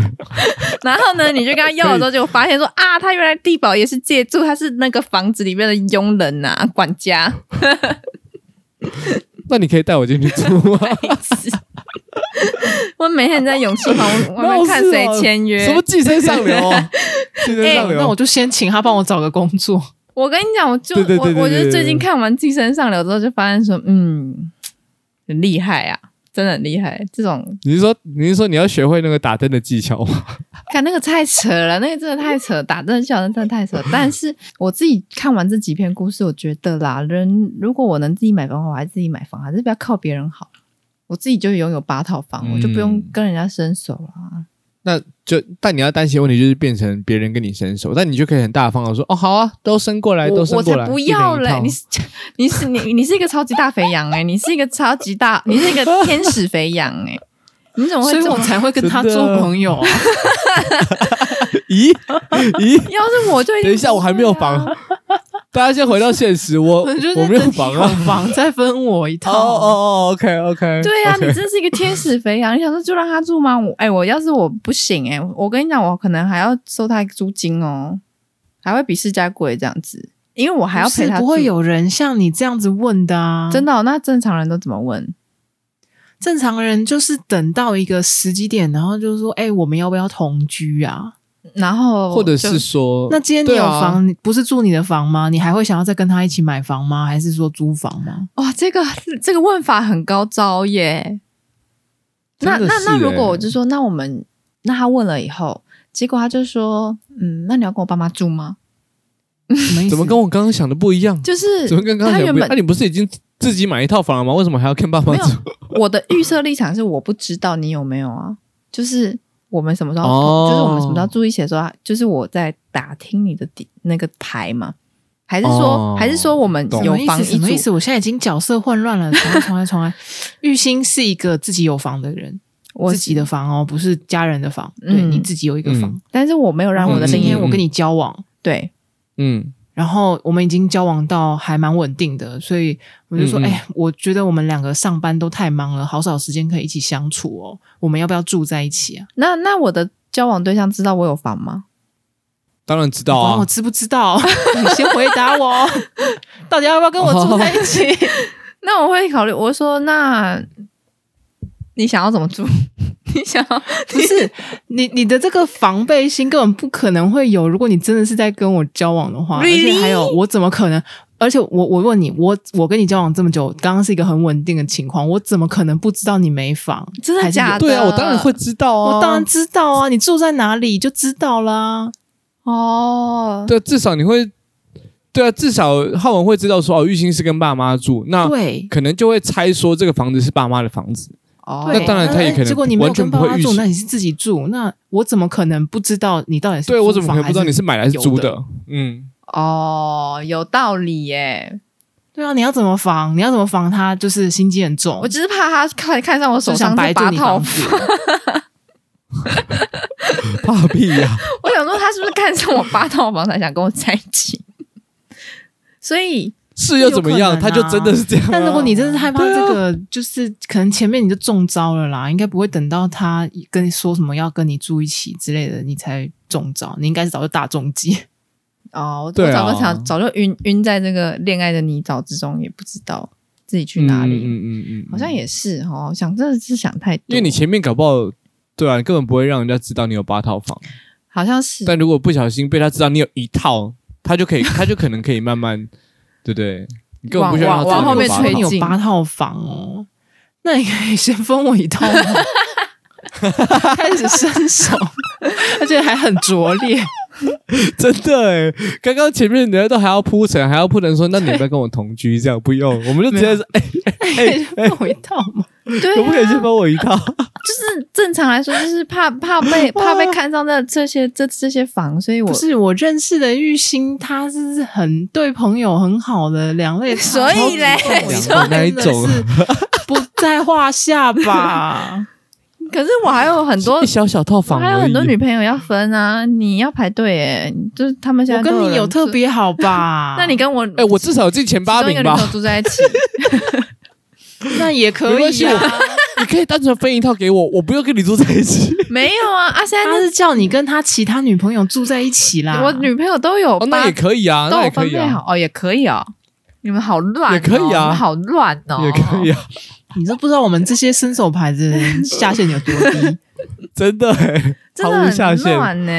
Speaker 3: 然后呢，你就跟他要了之后，结果发现说啊，他原来地堡也是借住，他是那个房子里面的佣人呐、管家。
Speaker 1: 那你可以带我进去住吗？
Speaker 3: 我每天在永庆房屋外面看谁签 约哎
Speaker 1: 什。么寄生上流 哦？寄生上流，哦
Speaker 2: 哎那我就先请他帮我找个工 作。
Speaker 3: 我跟你讲，我就
Speaker 1: 对对对对
Speaker 3: 我我
Speaker 1: 对
Speaker 3: 就
Speaker 1: 对
Speaker 3: 最近看完《寄生上流》之后，就发现说，嗯，很厉害啊，真的很厉害。这种
Speaker 1: 你是说你是说你要学会那个打灯的技巧吗？
Speaker 3: 看那个太扯了，那个真的太扯，打灯笑人真的太扯。但是我自己看完这几篇故事，我觉得啦，人如果我能自己买房，我还是自己买房，还是不要靠别人好。我自己就拥有八套房，
Speaker 1: 嗯
Speaker 3: 我就不用跟人家伸手了。啊
Speaker 1: 那就但你要担心的问题就是变成别人跟你伸手，但你就可以很大方的说哦，好啊，都伸过来，
Speaker 3: 我
Speaker 1: 都
Speaker 3: 我
Speaker 1: 伸
Speaker 3: 才
Speaker 1: 过来，
Speaker 3: 不
Speaker 1: 一人一
Speaker 3: 要嘞！
Speaker 1: 套
Speaker 3: 你是你是你你是一个超级大肥羊哎、你是一个超级大，你是一个天使肥羊哎、你怎么会
Speaker 2: 所以
Speaker 3: 这
Speaker 2: 我
Speaker 3: 么
Speaker 2: 才会跟他做朋友啊、
Speaker 1: 咦 咦，
Speaker 3: 要是我就定
Speaker 1: 等一下，我还没有
Speaker 3: 不会 啊
Speaker 1: 防。大家先回到现实， 我
Speaker 2: 我就是
Speaker 1: 我没有防啊。
Speaker 2: 房再分我一
Speaker 1: 哦
Speaker 2: 套。
Speaker 1: 哦哦，OK OK。
Speaker 3: 对呀、你真是一个天使肥羊！你想说就让他住吗？我哎、我要是我不行哎、我跟你讲，我可能还要收他租金哦，还会比市价贵这样子，因为我还要
Speaker 2: 不是
Speaker 3: 陪他
Speaker 2: 不会
Speaker 3: 住
Speaker 2: 有人像你这样子问的啊！
Speaker 3: 真
Speaker 2: 的，
Speaker 3: 的哦、那正常人都怎么问？
Speaker 2: 正常人就是等到一个时机点，然后就说：“哎、我们要不要同居啊
Speaker 3: 然后
Speaker 1: 或者
Speaker 3: 就是
Speaker 1: 说，
Speaker 2: 那今天你
Speaker 1: 对
Speaker 2: 有
Speaker 1: 啊
Speaker 2: 房，你不是住你的房吗？你还会想要再跟他一起买房吗？还是说租房吗？
Speaker 3: 哇，这个这个问法很高招耶。那
Speaker 1: 真
Speaker 3: 那
Speaker 1: 的
Speaker 3: 那，
Speaker 1: 是
Speaker 3: 如
Speaker 1: 欸
Speaker 3: 果我就说，那我们那他问了以后，结果他就说，嗯，那你要跟我爸妈住吗？
Speaker 2: 什么意思？
Speaker 1: 怎么跟我刚刚想的不一样？
Speaker 3: 就是
Speaker 1: 怎么跟刚刚
Speaker 3: 他
Speaker 1: 想的
Speaker 3: 原
Speaker 1: 不一样？啊
Speaker 3: 本
Speaker 1: 那、你不是已经自己买一套房了吗？为什么还要跟爸妈
Speaker 3: 没有
Speaker 1: 住？
Speaker 3: 我的预设立场是我不知道你有没有啊，就是我们什么时候，
Speaker 1: 哦
Speaker 3: 就是我们什么时候住一起的时候，啊就是我在打听你的底那个牌嘛，还是说、
Speaker 1: 哦
Speaker 3: 还是说我们
Speaker 1: 懂
Speaker 3: 有房
Speaker 2: 什
Speaker 3: 一
Speaker 2: 么意
Speaker 3: 住？
Speaker 2: 思？我现在已经角色混乱了，重来重来重来。玉兴是一个自己有房的人，
Speaker 3: 我
Speaker 2: 自己的，房哦，不是家人的房。对
Speaker 3: 嗯
Speaker 2: 你自己有一个房
Speaker 1: 嗯，
Speaker 3: 但是我没有
Speaker 2: 然
Speaker 3: 让
Speaker 2: 后
Speaker 3: 我的
Speaker 1: 嗯
Speaker 3: 另
Speaker 2: 今
Speaker 3: 一
Speaker 2: 天我跟你交往，
Speaker 3: 对
Speaker 1: 嗯，
Speaker 2: 然后我们已经交往到还蛮稳定的，所以我就说，
Speaker 1: 嗯嗯
Speaker 2: 哎、我觉得我们两个上班都太忙了，好少时间可以一起相处哦。我们要不要住在一起啊？
Speaker 3: 那那我的交往对象知道我有 房吗？
Speaker 1: 当然知道
Speaker 2: 管
Speaker 1: 啊
Speaker 2: 我。知不知道？你先回答我，到底要不
Speaker 1: 哦
Speaker 2: 要跟我住
Speaker 3: 哦
Speaker 2: 在一起？
Speaker 3: 那我会考虑，我说那你想要怎么住？ 你想要
Speaker 2: 不是你，你的这个防备心根本不可能会有。如果你真的是在跟我交往的话
Speaker 3: Really？
Speaker 2: 而且还有我怎么可能？而且我我问你，我我跟你交往这么久，刚刚是一个很稳定的情况，我怎么可能不知道你没房？
Speaker 3: 真的
Speaker 2: 还是
Speaker 3: 假的？
Speaker 1: 对啊，我当然会知道啊。
Speaker 2: 我当然知道啊，你住在哪里就知道啦。
Speaker 3: 哦。
Speaker 1: 对啊，至少你会，对啊，至少浩文会知道说哦，玉兴是跟爸妈住，那
Speaker 2: 对，
Speaker 1: 可能就会猜说这个房子是爸妈的房子。
Speaker 3: 哦
Speaker 2: 对
Speaker 1: 那当然他也可能
Speaker 2: 结果你没有
Speaker 1: 完全
Speaker 2: 跟爸
Speaker 1: 不会
Speaker 2: 妈
Speaker 1: 预
Speaker 2: 住，
Speaker 1: 期
Speaker 2: 那你是自己住，那我怎么可能不知道你到底是
Speaker 1: 对我怎
Speaker 2: 租
Speaker 1: 么可能
Speaker 2: 房
Speaker 1: 不知道
Speaker 2: 还
Speaker 1: 你是买的还是租
Speaker 2: 有
Speaker 1: 的？嗯，
Speaker 3: 哦，有道理耶！
Speaker 2: 对啊，你要怎么防？你要怎么防他？就是心机很重，
Speaker 1: 哦
Speaker 3: 我只是怕他看看上我手
Speaker 2: 就想
Speaker 3: 上这
Speaker 2: 白
Speaker 3: 八
Speaker 2: 住你
Speaker 3: 套
Speaker 2: 房
Speaker 3: 房，
Speaker 2: 子。
Speaker 1: 怕屁呀、
Speaker 3: 我想说他是不是看上我八套房才想跟我在一起？所以
Speaker 1: 是又怎么样？
Speaker 2: 有可能
Speaker 1: 他
Speaker 2: 啊
Speaker 1: 就真的是这样、啊。
Speaker 2: 但如果你真是害怕这个，就是可能前面你就中招了啦，应该不会等到他跟你说什么要跟你住一起之类的，你才中招。你应该是早就大中计。
Speaker 3: 哦，我
Speaker 1: 对啊
Speaker 3: 早就想早就晕晕在这个恋爱的泥沼之中，也不知道自己去哪
Speaker 1: 嗯
Speaker 3: 里，
Speaker 1: 嗯嗯嗯嗯，
Speaker 3: 好像也是哦，想真的是想太多，
Speaker 1: 因为你前面搞不好，对啊，你根本不会让人家知道你有八套房。
Speaker 3: 好像是
Speaker 1: 但如果不小心被他知道你有一套，他就可 以，他就可能可以慢慢，对不对？你根本不需要让他知道
Speaker 3: 往后
Speaker 1: 你
Speaker 3: 面
Speaker 1: 有八
Speaker 3: 推
Speaker 2: 你
Speaker 1: 套
Speaker 2: 有
Speaker 3: 进
Speaker 2: 八套房哦，那你可以先分我一套吗？ 开始伸手，而且还很拙劣。
Speaker 1: 真的哎，刚刚前面人家都还要铺陈，还要铺陈说，那你要不要跟我同居？这样不用，我们就直 接说，
Speaker 3: 啊
Speaker 1: 哎，
Speaker 2: 可以分我一套吗？
Speaker 3: 对、啊，
Speaker 1: 可不可以先分我一套？
Speaker 3: 就是正常来说，就是怕怕被怕被看上这这些这这些房，所以我
Speaker 2: 不是我认识的玉兴，他是很对朋友很好的两类，
Speaker 3: 所以嘞
Speaker 1: 两个那一种
Speaker 2: 真的是不在话下 吧？
Speaker 3: 可是我还有很 多
Speaker 1: 一小小套
Speaker 3: 我
Speaker 1: 房，
Speaker 3: 还有很多女。朋友要分啊，你要排队哎，就是他们现在
Speaker 2: 我跟
Speaker 3: 都
Speaker 2: 你有
Speaker 3: 人
Speaker 2: 特
Speaker 3: 住，？
Speaker 2: 别好吧
Speaker 3: 那你跟我
Speaker 1: 哎，我至少有进前八
Speaker 3: 其中一
Speaker 1: 名
Speaker 3: 个女
Speaker 1: 吧
Speaker 3: 朋。友住在一 起，
Speaker 2: 那也可以
Speaker 1: 没
Speaker 2: 啊。
Speaker 1: 你可以单纯分一套给我，我不用跟你住在一起。
Speaker 3: 没有啊？啊，现在
Speaker 2: 他是叫你跟他其他女朋友住在一起啦。
Speaker 3: 那我女朋友都有
Speaker 1: 啊哦，
Speaker 3: 八
Speaker 1: 那也可以啊，
Speaker 3: 都
Speaker 1: 那
Speaker 3: 有
Speaker 1: 也可
Speaker 3: 分
Speaker 1: 以
Speaker 3: 配
Speaker 1: 啊，
Speaker 3: 好哦，也可以哦。你们好乱哦，
Speaker 1: 也可以啊
Speaker 3: 你们好乱哦，
Speaker 1: 也可以啊，
Speaker 2: 你都不知道我们这些伸手牌子的人下限有多 低。
Speaker 1: 真的欸，
Speaker 3: 真
Speaker 1: 毫
Speaker 3: 的
Speaker 1: 无下
Speaker 3: 很
Speaker 1: 限。
Speaker 3: 乱呢。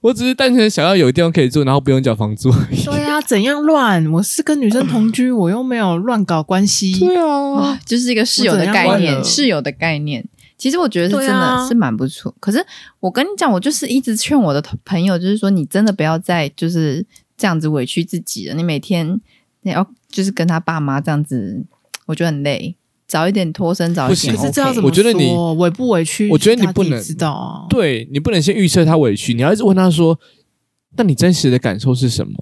Speaker 1: 我只是单纯想要有地方可以住，然后不用缴房租。
Speaker 2: 对呀、怎样乱？我是跟女生同居，我又没有乱搞关系。
Speaker 1: 啊
Speaker 3: 哇，，就是一个室友的概
Speaker 1: 我怎样乱
Speaker 3: 念，
Speaker 1: 了
Speaker 3: 室友的概念。其实我觉得是
Speaker 2: 对
Speaker 3: 真的、
Speaker 2: 啊
Speaker 3: 是蛮不错，可是我跟你讲，我就是一直劝我的同朋友，就是说你真的不要再就是这样子委屈自己了。你每天你要就是跟他爸妈这样子，我觉得很累。早一点脱身，早一
Speaker 1: 不行
Speaker 3: 点
Speaker 2: 可
Speaker 3: OK。
Speaker 2: 是这要怎
Speaker 1: 我
Speaker 2: 么
Speaker 1: 觉得你
Speaker 2: 说委不委屈？
Speaker 1: 我觉得你
Speaker 2: 他自己
Speaker 1: 不能
Speaker 2: 知道啊。
Speaker 1: 对你不能先预测他委屈，你要一直问他说：“那你真实的感受是什么？”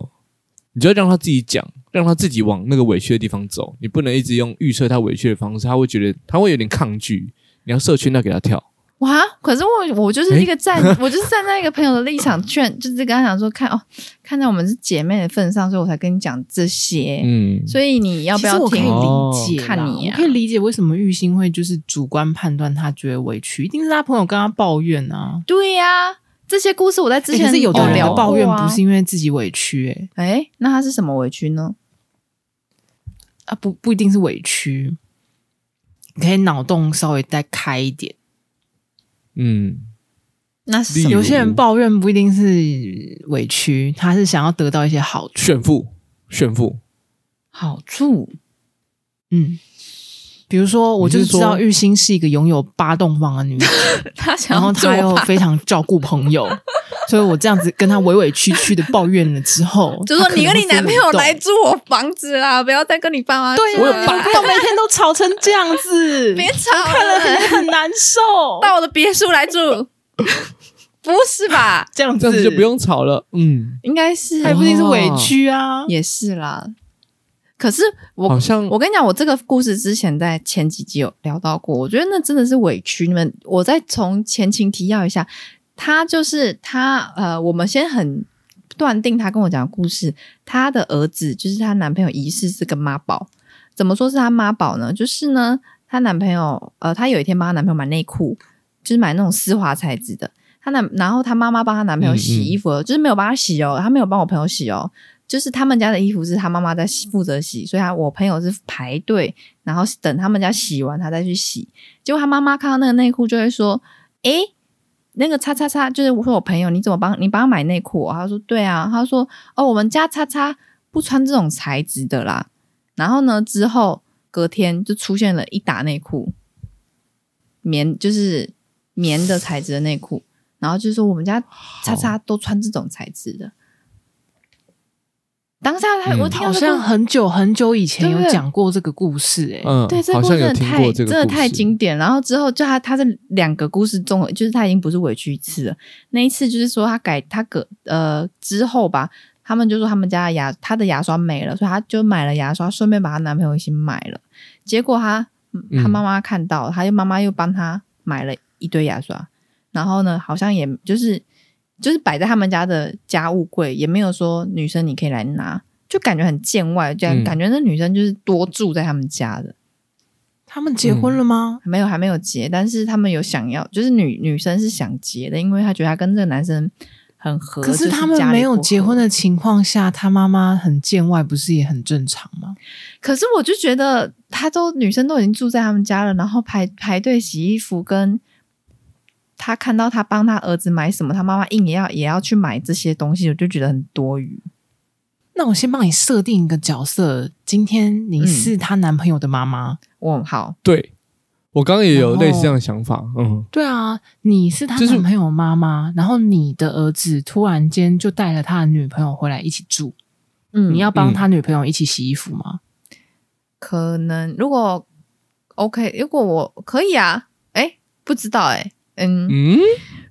Speaker 1: 你就要让他自己讲，让他自己往那个委屈的地方走。你不能一直用预测他委屈的方式，他会觉得他会有点抗拒。你要设圈要给他跳，
Speaker 3: 哇！可是我我就是一个站， 我就是站在一个朋友的立场劝，就是跟他讲说，看哦，看在我们是姐妹的份上，所以我才跟你讲这些。
Speaker 1: 嗯，
Speaker 3: 所以你要不
Speaker 2: 其
Speaker 3: 要
Speaker 2: 实我可以
Speaker 3: 听？
Speaker 2: 理解啦，
Speaker 3: 哦看你啊
Speaker 2: 我可以理解为什么玉兴会就是主观判断他觉得委屈，一定是他朋友跟他抱怨啊。
Speaker 3: 对呀、这些故事我在之
Speaker 2: 欸
Speaker 3: 前、
Speaker 2: 可是有的人
Speaker 1: 哦
Speaker 2: 的
Speaker 3: 聊
Speaker 2: 抱怨不是
Speaker 3: 哎
Speaker 2: 因为自己委屈、欸，、
Speaker 3: 诶那他是什么委屈呢？
Speaker 2: 啊，不不一定是委屈，你可以脑洞稍微再开一点。
Speaker 1: 嗯，
Speaker 3: 那是什
Speaker 1: 例
Speaker 3: 么
Speaker 1: 如
Speaker 2: 有些人抱怨不一定是委屈，他是想要得到一些好处。
Speaker 1: 炫富，炫富，
Speaker 3: 好 处？
Speaker 2: 嗯，比如说，我就是
Speaker 1: 你是
Speaker 2: 知
Speaker 1: 说
Speaker 2: 道玉兴是一个拥有八栋房的女人，
Speaker 3: 他想
Speaker 2: 然
Speaker 3: 要
Speaker 2: 后
Speaker 3: 做
Speaker 2: 她又
Speaker 3: 法
Speaker 2: 非常照顾朋友，所以我这样子跟她委委屈屈的抱怨了之 后，
Speaker 3: 就说
Speaker 2: 她可
Speaker 3: 你
Speaker 2: 能
Speaker 3: 跟
Speaker 2: 会
Speaker 3: 你男朋友
Speaker 2: 分手
Speaker 3: 来住我房子啦，不要再跟你爸妈住
Speaker 2: 对、啊，
Speaker 1: 我有
Speaker 3: 了
Speaker 2: 八栋，每天都吵成这样 子，
Speaker 3: 别吵
Speaker 2: 看了
Speaker 3: 了，
Speaker 2: 很很难受。
Speaker 3: 到我的别墅来住， 不是吧？
Speaker 2: 这样子
Speaker 1: 嗯这样子就不，用吵了。嗯，
Speaker 3: 应该是
Speaker 2: 还不一定是委屈啊。
Speaker 3: 也是啦。可是
Speaker 1: 好
Speaker 3: 我
Speaker 1: 像
Speaker 3: 我跟你讲，我这个故事之前在前几集有聊到过，我觉得那真的是委屈。你们，我再从前情提要一下，他就是他呃，我们先很断定他跟我讲的故事，她的儿子就是她男朋友疑似是个妈宝。怎么说是她妈宝呢？就是呢，她男朋友呃，她有一天帮她男朋友买内裤，就是买那种丝滑材质的。她男，然后她妈妈帮她男朋友洗衣服，就是没有帮她洗哦，她没有帮我朋友洗哦。就是他们家的衣服是她妈妈在洗负责洗，所以她我朋友是排队，然后等他们家洗完，她再去洗。结果她妈妈看到那个内裤就会说：“诶、那个叉叉叉，就是我说我朋友，你怎么帮你帮他买内裤、哦？”她说：“对啊。”她说：“哦，我们家叉叉不穿这种材质的啦。”然后呢，之后隔天就出现了一打内裤，棉就是棉的材质的内裤，然后就说我们家叉叉都穿这种材质的。当下他、
Speaker 1: 嗯
Speaker 3: 我听到
Speaker 2: 好
Speaker 3: 这个
Speaker 2: 像很久很久以前
Speaker 3: 对不
Speaker 2: 有
Speaker 3: 对
Speaker 2: 讲过这个故事、欸，
Speaker 1: 嗯，
Speaker 3: 对，这个
Speaker 1: 好
Speaker 3: 故
Speaker 1: 像
Speaker 3: 事真
Speaker 1: 有
Speaker 3: 的
Speaker 1: 听
Speaker 3: 太
Speaker 1: 过这
Speaker 3: 真
Speaker 1: 个，
Speaker 3: 的太经。典。然后之后就他他是两个故事综合，就是他已经不是委屈一次了。那一次就是说他改他隔呃之后吧，他们就说他们家的牙他的牙刷没了，所以他就买了牙刷，顺便把她男朋友一起买了。结果他
Speaker 1: 嗯
Speaker 3: 他妈妈看到，他又妈妈又帮他买了一堆牙刷，然后呢，好像也就是就是摆在他们家的家务柜，也没有说女生你可以来拿。就感觉很见外，这样、
Speaker 1: 嗯
Speaker 3: 感觉那女生就是多住在他们家的，
Speaker 2: 他们结婚了吗？
Speaker 3: 没有，还没有结，但是他们有想要，就是女女生是想结的，因为她觉得她跟这个男生很合。
Speaker 2: 可
Speaker 3: 就是是
Speaker 2: 他们没有结婚
Speaker 3: 的，
Speaker 2: 的情况下，他妈妈很见外，不是也很正常吗？
Speaker 3: 可是我就觉得，她都女生都已经住在他们家了，然后排排队洗衣服，跟她看到她帮她儿子买什么，她妈妈硬也要也要去买这些东西，我就觉得很多余。
Speaker 2: 那我先帮你设定一个角色，今天
Speaker 3: 嗯
Speaker 2: 你是她男朋友的妈妈，
Speaker 3: 我好，
Speaker 1: 对，我刚刚也有
Speaker 2: 然后
Speaker 1: 类似这样的想法。嗯，
Speaker 2: 对啊，你是她
Speaker 1: 就是
Speaker 2: 男朋友的妈妈，然后你的儿子突然间就带了他的女朋友回来一起住，
Speaker 3: 嗯
Speaker 2: 你要帮他女朋友一起洗衣服吗？
Speaker 3: 可能如果 OK，如果我可以啊，哎，不知道哎、嗯
Speaker 1: 嗯，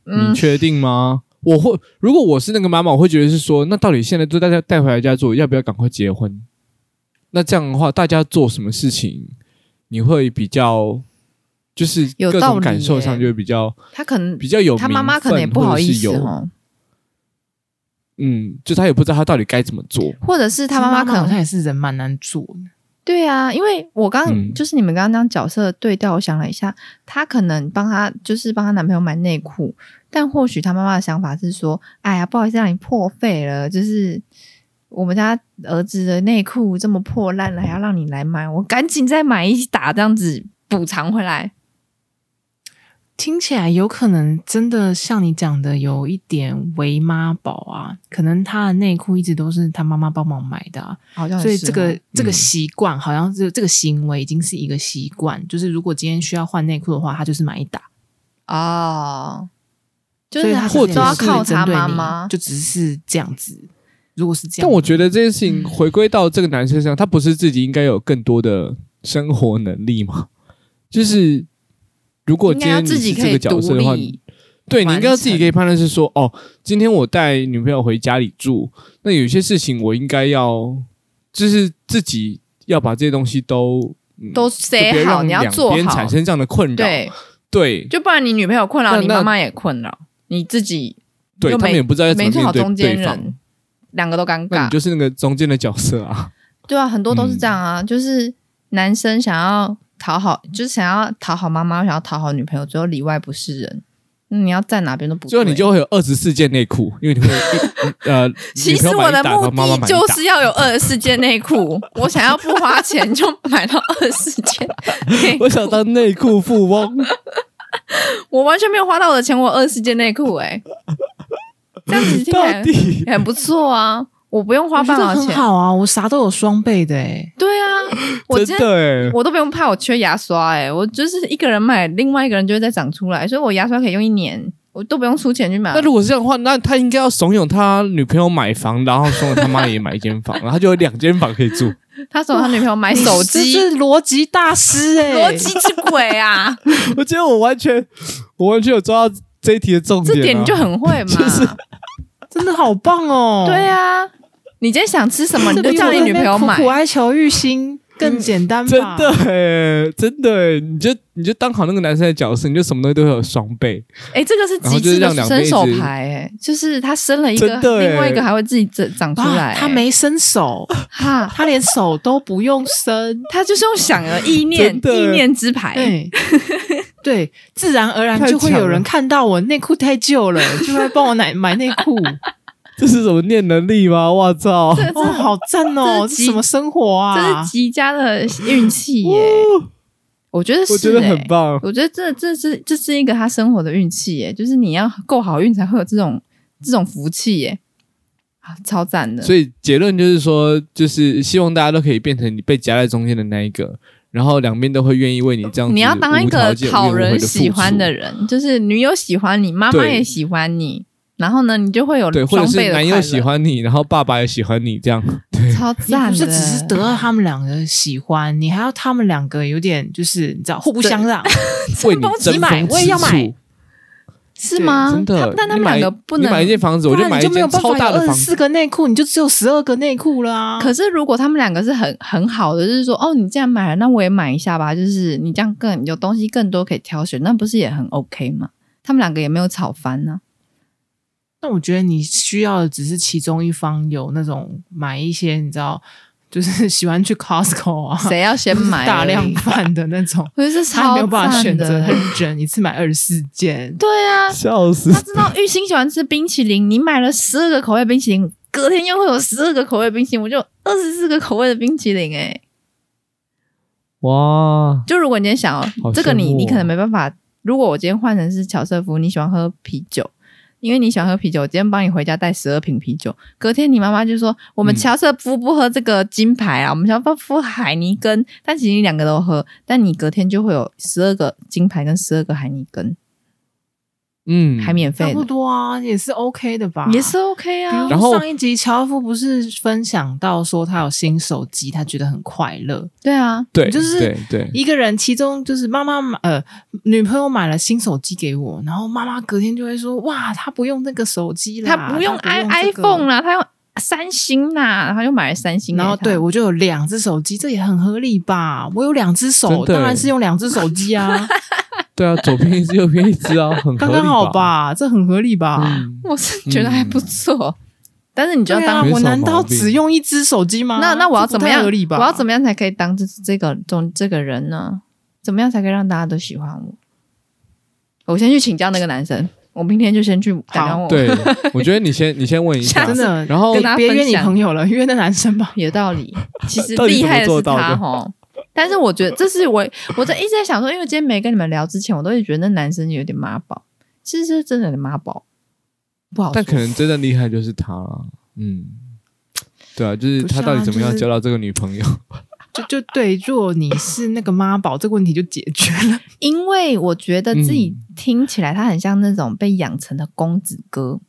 Speaker 3: 嗯
Speaker 1: 你确定吗？我会，如果我是那个妈妈，我会觉得是说，那到底现在就大家带回来家做，要不要赶快结婚？那这样的话，大家做什么事情，你会比较，就是
Speaker 3: 有
Speaker 1: 各
Speaker 3: 道
Speaker 1: 种
Speaker 3: 理
Speaker 1: 感受
Speaker 3: 耶
Speaker 1: 上就会比较
Speaker 3: 她可能
Speaker 1: 比较有名
Speaker 3: 她
Speaker 1: 分，
Speaker 3: 妈妈可能也不好意思
Speaker 1: 或者是有，
Speaker 3: 哦。
Speaker 1: 嗯，就他也不知道他到底该怎么做。
Speaker 3: 或者是他妈
Speaker 2: 妈
Speaker 3: 妈可能
Speaker 2: 好像也是人蛮难做的，
Speaker 3: 对啊，因为我刚、
Speaker 1: 嗯
Speaker 3: 就是你们刚刚讲角色对调，我想了一下，她可能帮她就是帮她男朋友买内裤，但或许她妈妈的想法是说，哎呀，不好意思让你破费了，就是我们家儿子的内裤这么破烂了，还要让你来买，我赶紧再买一打这样子补偿回来。
Speaker 2: 听起来有可能真的像你讲的有一点为妈宝啊，可能她的内裤一直都是她妈妈帮忙买的、啊，
Speaker 3: 好像
Speaker 2: 所以
Speaker 3: 是
Speaker 2: 这个
Speaker 3: 哦
Speaker 2: 这个习惯好像是这个行为已经是一个习惯，就是如果今天需要换内裤的话，他就是买一打，
Speaker 3: 哦，就
Speaker 2: 所以
Speaker 3: 是
Speaker 2: 他
Speaker 1: 或者
Speaker 3: 都要
Speaker 2: 是
Speaker 3: 靠
Speaker 2: 针
Speaker 3: 她
Speaker 2: 对
Speaker 3: 妈
Speaker 2: 你
Speaker 3: 妈，
Speaker 2: 就只是这样子。如果是这样，
Speaker 1: 但我觉得这件事情回归到这个男生身上，他不是自己应该有更多的生活能力吗？
Speaker 3: 嗯
Speaker 1: 就是如果
Speaker 3: 应
Speaker 1: 今
Speaker 3: 该要
Speaker 1: 天你
Speaker 3: 自己
Speaker 1: 是
Speaker 3: 可
Speaker 1: 这
Speaker 3: 以
Speaker 1: 个角
Speaker 3: 独
Speaker 1: 色的话，
Speaker 3: 立。
Speaker 1: 对你
Speaker 3: 完
Speaker 1: 应该自己
Speaker 3: 成
Speaker 1: 可以判断是说，哦，今天我带女朋友回家里住，那有些事情我应该要，就是自己要把这些东西都、嗯
Speaker 3: 都
Speaker 1: 就
Speaker 3: say
Speaker 1: 别
Speaker 3: 好，
Speaker 1: 让
Speaker 3: 你要
Speaker 1: 两
Speaker 3: 做
Speaker 1: 边
Speaker 3: 好
Speaker 1: 产，生这样的困扰。
Speaker 3: 对，
Speaker 1: 对
Speaker 3: 就不然你女朋友困扰，
Speaker 1: 那
Speaker 3: 你
Speaker 1: 那
Speaker 3: 妈妈也困扰，你自己
Speaker 1: 对，
Speaker 3: 就
Speaker 1: 他
Speaker 3: 没
Speaker 1: 们也不知道要怎
Speaker 3: 没
Speaker 1: 么
Speaker 3: 做好
Speaker 1: 面
Speaker 3: 中
Speaker 1: 对
Speaker 3: 间
Speaker 1: 对方
Speaker 3: 人，，两个都尴
Speaker 1: 那你
Speaker 3: 尬。
Speaker 1: 就是那个中间的角色啊。
Speaker 3: 对啊，很多都是这样
Speaker 1: 嗯
Speaker 3: 啊，就是男生想要讨好，就是想要讨好妈妈，想要讨好女朋友，最后里外不是人。那你要站哪边都不对。
Speaker 1: 最后你就会有二十四件内裤，因为你会 呃，
Speaker 3: 其实
Speaker 1: 女朋友买
Speaker 3: 我
Speaker 1: 一
Speaker 3: 的
Speaker 1: 打然后
Speaker 3: 目
Speaker 1: 妈妈
Speaker 3: 的
Speaker 1: 买一
Speaker 3: 就
Speaker 1: 打
Speaker 3: 是要有二十四件内裤， 我想要不花钱就买到二十件 内裤
Speaker 1: 我。想当内裤富 翁。
Speaker 3: 我完全没有花到我的钱，我有二十件内裤哎，这样子听起
Speaker 1: 到
Speaker 3: 来
Speaker 1: 底
Speaker 3: 很不错啊，我不用花
Speaker 2: 我觉
Speaker 3: 半
Speaker 2: 得
Speaker 3: 毛
Speaker 2: 很
Speaker 3: 钱。
Speaker 2: 好啊，我啥都有双倍的哎，
Speaker 3: 对啊，我今
Speaker 1: 真
Speaker 3: 天
Speaker 1: 的欸
Speaker 3: 我都不用怕我缺牙刷哎，我就是一个人买，另外一个人就会再长出来，所以我牙刷可以用一年，我都不用出钱去买
Speaker 1: 那。如果是这样的话，那他应该要怂恿他女朋友买房，然后怂恿他妈也买一间房，然后他就有两间房可以 住。
Speaker 3: 他送他女朋友买哎手
Speaker 2: 你
Speaker 3: 机，
Speaker 2: 这是逻辑大师哎，
Speaker 3: 逻辑之鬼啊，
Speaker 1: 我觉得我完全，我完全有抓到这一题的重点、
Speaker 3: 这
Speaker 1: 啊。
Speaker 3: 点你就很 会
Speaker 1: 就是
Speaker 3: 嘛。
Speaker 2: 真的好棒哦，
Speaker 3: 对啊，你今天想吃什么，你
Speaker 2: 这
Speaker 3: 就
Speaker 2: 比
Speaker 3: 叫
Speaker 2: 我
Speaker 3: 你
Speaker 2: 在那
Speaker 3: 女朋
Speaker 2: 边
Speaker 3: 友买嗯
Speaker 2: 苦。苦啊哀求玉心更简单吧？
Speaker 1: 真的欸真的欸你就你就当好那个男生的角色，你就什么东西都会有双倍。
Speaker 3: 哎，这个是极致的伸手牌，哎，就是他生了一个
Speaker 1: 真的，欸
Speaker 3: 另外一个还会自己长长出来。
Speaker 2: 啊，
Speaker 3: 哎
Speaker 2: 哎他没伸手，
Speaker 3: 哈，
Speaker 2: 他连手都不用伸，
Speaker 3: 他就是用想的意念
Speaker 1: 真的
Speaker 3: 意念之牌。
Speaker 2: 对哎对，自然而然
Speaker 1: 太
Speaker 2: 就会
Speaker 1: 强
Speaker 2: 有人
Speaker 1: 了
Speaker 2: 看到我内裤太旧 了，就会帮我买买内裤。
Speaker 1: 这是什么念能力吗？我操！
Speaker 3: 这
Speaker 2: 哦，好赞
Speaker 3: 这
Speaker 2: 哦！
Speaker 3: 是
Speaker 2: 这
Speaker 3: 极
Speaker 2: 什么生活
Speaker 3: 这
Speaker 2: 啊
Speaker 3: 是？极佳的运气耶！我觉得是，
Speaker 1: 我觉得很。棒。
Speaker 3: 我觉得这这是这是一个他生活的运气耶，就是你要够好运才会有这种这种福气耶，啊，超赞的！
Speaker 1: 所以结论就是说，就是希望大家都可以变成你被夹在中间的那一个，然后两边都会愿意为你这样子
Speaker 3: 你要当一
Speaker 1: 无条
Speaker 3: 个
Speaker 1: 件
Speaker 3: 讨人喜欢
Speaker 1: 愿
Speaker 3: 的
Speaker 1: 意为你付出，
Speaker 3: 人，就是女友喜欢你，妈妈
Speaker 1: 对
Speaker 3: 也喜欢你，然后呢，你就会有
Speaker 1: 对，或者
Speaker 3: 双倍
Speaker 1: 是
Speaker 3: 的
Speaker 1: 男
Speaker 3: 快
Speaker 1: 友
Speaker 3: 乐
Speaker 1: 喜，欢你，然后爸爸也喜欢你，这 样
Speaker 3: 超
Speaker 2: 你
Speaker 3: 赞
Speaker 2: 不
Speaker 3: 的。
Speaker 2: 哎是只是得到他们两个喜欢，你还要他们两个有点就是你知道互不相让，
Speaker 1: 为你争
Speaker 2: 你买
Speaker 1: 风
Speaker 2: 我也
Speaker 1: 吃
Speaker 2: 要买
Speaker 1: 醋，
Speaker 3: 是吗？
Speaker 1: 真
Speaker 3: 他
Speaker 1: 的。
Speaker 3: 但他
Speaker 1: 你
Speaker 3: 们
Speaker 1: 买
Speaker 3: 两个不
Speaker 1: 你买一
Speaker 3: 能。
Speaker 1: 间房子，
Speaker 2: 不
Speaker 1: 我就
Speaker 2: 然
Speaker 1: 买
Speaker 2: 你
Speaker 1: 一
Speaker 2: 就没有
Speaker 1: 间
Speaker 2: 办
Speaker 1: 超
Speaker 2: 法
Speaker 1: 大
Speaker 2: 有
Speaker 1: 的
Speaker 2: 二
Speaker 1: 房
Speaker 2: 十
Speaker 1: 子
Speaker 2: 四，个内裤，你就只有十二个内裤了啊。
Speaker 3: 可是如果他们两个是很很好的，就是说哦，你这样买了，那我也买一下吧。就是你这样更有东西更多可以挑选，那不是也很 OK 吗？他们两个也没有吵翻呢、
Speaker 2: 那我觉得你需要的只是其中一方有那种买一些你知道，就是喜欢去 Costco 啊，
Speaker 3: 谁要先买
Speaker 2: 大量
Speaker 3: 而已，
Speaker 2: 贩的那种
Speaker 3: 我觉得是
Speaker 2: 他
Speaker 3: 超
Speaker 2: 没有办法
Speaker 3: 赞
Speaker 2: 选择
Speaker 3: 的
Speaker 2: 很准，一次买二十四件。
Speaker 3: 对啊，
Speaker 1: 笑死！
Speaker 3: 他知道玉兴喜欢吃冰淇淋，你买了十二个口味冰淇淋，隔天又会有十二个口味冰淇淋，我就二十四个口味的冰淇淋哎、
Speaker 1: 哇，
Speaker 3: 就如果你今天想
Speaker 1: 好
Speaker 3: 要
Speaker 1: 羡
Speaker 3: 这个
Speaker 1: 慕
Speaker 3: 你，
Speaker 1: 哦
Speaker 3: 你可能没办法。如果我今天换成是乔瑟夫，你喜欢喝啤酒，因为你喜欢喝啤酒，我今天帮你回家带十二瓶啤酒，隔天你妈妈就说我
Speaker 1: 嗯
Speaker 3: 们乔瑟夫不喝这个金牌啊，我们乔瑟夫海尼根，但其实你两个都喝，但你隔天就会有十二个金牌跟十二个海尼根，
Speaker 1: 嗯，
Speaker 3: 还免
Speaker 2: 差
Speaker 3: 费
Speaker 2: 不
Speaker 3: 呢，
Speaker 2: 多啊，也是 OK 的吧？
Speaker 3: 也是 OK 啊。
Speaker 1: 然后
Speaker 2: 上一集樵夫不是分享到说他有新手机，他觉得很快乐。
Speaker 3: 对啊，
Speaker 1: 对，
Speaker 2: 就是
Speaker 1: 对对，
Speaker 2: 一个人其中就是妈妈买呃女朋友买了新手机给我，然后妈妈隔天就会说哇，他不用那个手机啦，
Speaker 3: 他
Speaker 2: 他
Speaker 3: 不用 i
Speaker 2: 这个
Speaker 3: iPhone 啊啦，他用三星啦，然后就买了三星给
Speaker 2: 然
Speaker 3: 他。
Speaker 2: 后对我就有两只手机，这也很合理吧？我有两只手，
Speaker 1: 真的
Speaker 2: 当然是用两只手机 啊，
Speaker 1: 对啊，左边一只，右边一只啊，很合
Speaker 2: 刚
Speaker 1: 理
Speaker 2: 刚好
Speaker 1: 吧？
Speaker 2: 吧？这很合理吧？
Speaker 1: 嗯
Speaker 3: 我是觉得还不错，但是你就要
Speaker 2: 对
Speaker 3: 当、
Speaker 2: 啊，
Speaker 1: 没
Speaker 2: 我
Speaker 1: 什么
Speaker 2: 难道
Speaker 1: 毛病
Speaker 2: 只用一只手机吗？
Speaker 3: 那那我要
Speaker 2: 啊这不
Speaker 3: 怎么
Speaker 2: 太
Speaker 3: 样？
Speaker 2: 合理吧？
Speaker 3: 我要怎么样才可以当这这个中这个人呢？怎么样才可以让大家都喜欢我？我先去请教那个男生，我明天就先去打电话问我。
Speaker 1: 对，我觉得你先你先问一 下，
Speaker 2: 真 的？
Speaker 1: 然后
Speaker 3: 跟大家
Speaker 2: 别
Speaker 3: 分
Speaker 2: 约你
Speaker 3: 享
Speaker 2: 朋友了，约那男生 吧。
Speaker 3: 有道理。其实
Speaker 1: 到底
Speaker 3: 厉
Speaker 1: 怎么
Speaker 3: 害的
Speaker 1: 做
Speaker 3: 是
Speaker 1: 到
Speaker 3: 他
Speaker 1: 的
Speaker 3: 哈，但是我觉得这是我我在一直在想说，因为今天没跟你们聊之前，我都会觉得那男生有点妈宝，其实是真的有点妈宝，不哦好说。
Speaker 1: 但可能真正厉害就是他了，嗯，对啊，就是
Speaker 2: 不是
Speaker 1: 他
Speaker 2: 啊
Speaker 1: 到底怎么样
Speaker 2: 就是
Speaker 1: 交到这个女朋友？
Speaker 2: 就就对，若你是那个妈宝，这个问题就解决 了。
Speaker 3: 因为我觉得自己听起来他很像那种被养成的公子哥，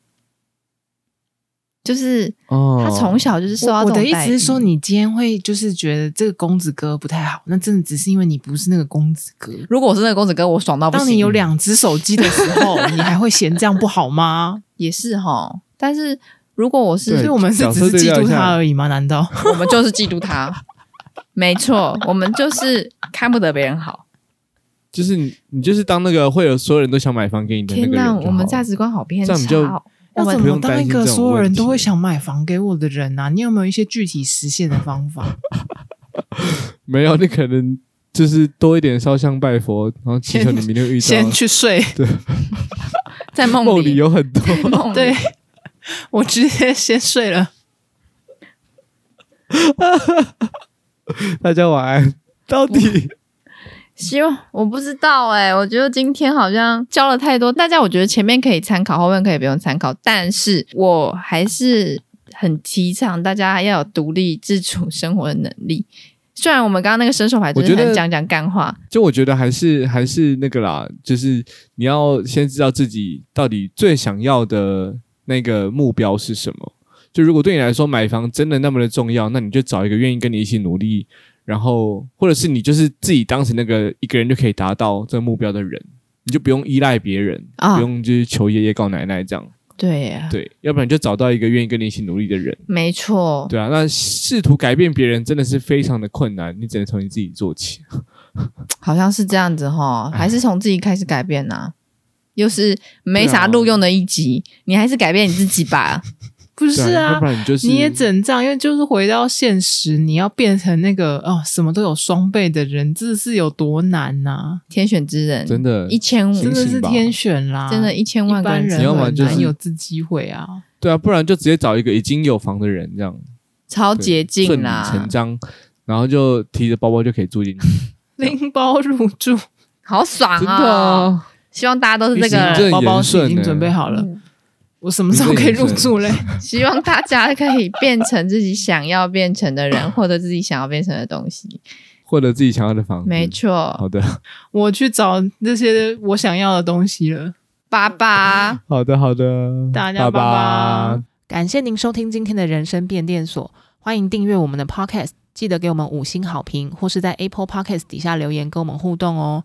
Speaker 3: 就是
Speaker 1: 哦，
Speaker 3: 他从小就是
Speaker 2: 嗯
Speaker 3: 受
Speaker 2: 我
Speaker 3: 到
Speaker 2: 我
Speaker 3: 这
Speaker 2: 的
Speaker 3: 种
Speaker 2: 意
Speaker 3: 待
Speaker 2: 思
Speaker 3: 遇
Speaker 2: 是说，你今天会就是觉得这个公子哥不太好，那真的只是因为你不是那个公子 哥。
Speaker 3: 如果我是那个公子哥，我爽到不
Speaker 2: 当你
Speaker 3: 行。
Speaker 2: 有两只手机的时候，你还会嫌这样不好吗？
Speaker 3: 也是哈，但是如果我
Speaker 1: 对
Speaker 2: 所以
Speaker 3: 是，
Speaker 2: 我们是
Speaker 1: 角色
Speaker 2: 只是
Speaker 1: 对
Speaker 2: 嫉
Speaker 1: 调一
Speaker 2: 妒
Speaker 1: 下
Speaker 2: 他而已吗？难道
Speaker 3: 我们 就是嫉妒他，没错，我们就是看不得别人好。
Speaker 1: 就是你，你就是当那个会有所有人都想买房给你的那
Speaker 3: 天
Speaker 1: 个人就好了。
Speaker 3: 我们价值观好偏
Speaker 1: 这样
Speaker 3: 差
Speaker 1: 比较
Speaker 3: 哦。我
Speaker 2: 要
Speaker 3: 们
Speaker 2: 怎
Speaker 1: 不
Speaker 2: 么
Speaker 1: 用
Speaker 2: 当
Speaker 1: 担
Speaker 2: 一
Speaker 1: 心
Speaker 2: 个
Speaker 1: 这种
Speaker 2: 所有
Speaker 1: 问
Speaker 2: 人都会
Speaker 1: 题
Speaker 2: 想买房给我的人啊？你有没有一些具体实现的方法？
Speaker 1: 没有，你可能就是多一点烧香拜佛，然后祈求你明天会遇到
Speaker 2: 先。去睡，
Speaker 3: 在梦
Speaker 1: 梦里有很多，
Speaker 3: 梦里
Speaker 2: 对我直接先睡了。
Speaker 1: 大家晚安。到底
Speaker 3: 希望我不知道哎、我觉得今天好像教了太多，大家我觉得前面可以参考，后面可以不用参考，但是我还是很提倡大家要有独立自主生活的能力。虽然我们刚刚那个伸手牌就
Speaker 1: 我
Speaker 3: 是
Speaker 1: 觉得
Speaker 3: 很讲讲干话，
Speaker 1: 就我觉得还是还是那个啦，就是你要先知道自己到底最想要的那个目标是什么。就如果对你来说买房真的那么的重要，那你就找一个愿意跟你一起努力，然后或者是你就是自己当成那个一个人就可以达到这个目标的人，你就不用依赖别人，
Speaker 3: 啊
Speaker 1: 不用就是求爷爷告奶奶这样。
Speaker 3: 对啊呀、
Speaker 1: 对，要不然你就找到一个愿意跟你一起努力的人。
Speaker 3: 没
Speaker 2: 哦
Speaker 3: 错，
Speaker 1: 对啊，那试图改变别人真的是非常的困难，你只能从你自己做起。
Speaker 3: 好像是这样子哈，还是从自己开始改变呐、啊又是没啥
Speaker 1: 对啊
Speaker 3: 录用的一集，你还是改变你自己吧。
Speaker 1: 啊
Speaker 2: 不
Speaker 1: 不
Speaker 2: 是
Speaker 1: 要
Speaker 2: 啊
Speaker 1: 不，然你就是
Speaker 2: 你也整账，因为就是回到现实，你要变成那个哦，什么都有双倍的人，这是有多难呐、
Speaker 3: 天选之人，
Speaker 1: 真的
Speaker 3: 一千五，
Speaker 1: 行
Speaker 2: 真的是
Speaker 1: 吧
Speaker 2: 天选啦，
Speaker 3: 真的，一千万
Speaker 2: 一
Speaker 3: 个
Speaker 2: 般人
Speaker 1: 你要么
Speaker 2: 很
Speaker 1: 就
Speaker 2: 难
Speaker 1: 是
Speaker 2: 有这机会啊。
Speaker 1: 对啊，不然就直接找一个已经有房的人这样
Speaker 3: 超
Speaker 1: 对
Speaker 3: 捷
Speaker 1: 顺
Speaker 3: 径啊
Speaker 1: 理
Speaker 3: 啦，
Speaker 1: 成章，然后就提着包包就可以住进去，
Speaker 2: 拎包入住，
Speaker 3: 好爽
Speaker 1: 真的
Speaker 3: 啊、
Speaker 1: 啊！
Speaker 3: 希望大家都是这
Speaker 1: 你行
Speaker 3: 个，
Speaker 1: 政
Speaker 2: 包包
Speaker 1: 言
Speaker 2: 是
Speaker 1: 顺
Speaker 2: 已经
Speaker 1: 欸
Speaker 2: 准备好了，
Speaker 3: 嗯
Speaker 2: 我什么时候
Speaker 1: 你这
Speaker 2: 可以
Speaker 1: 眼
Speaker 2: 入
Speaker 1: 神
Speaker 2: 住嘞？
Speaker 3: 希望大家可以变成自己想要变成的人，获得自己想要变成的东西。
Speaker 1: 获得自己想要的房子，
Speaker 3: 没。错，
Speaker 1: 好的，
Speaker 2: 我去找那些我想要的东西了。
Speaker 3: 爸爸。
Speaker 1: 好的，好的，
Speaker 2: 大家拜
Speaker 1: 嗯拜
Speaker 2: 拜。感谢您收听今天的人生变电所，欢迎订阅我们的 Podcast，记得给我们五星好评，或是在 Apple Podcast 底下留言跟我们互动哦。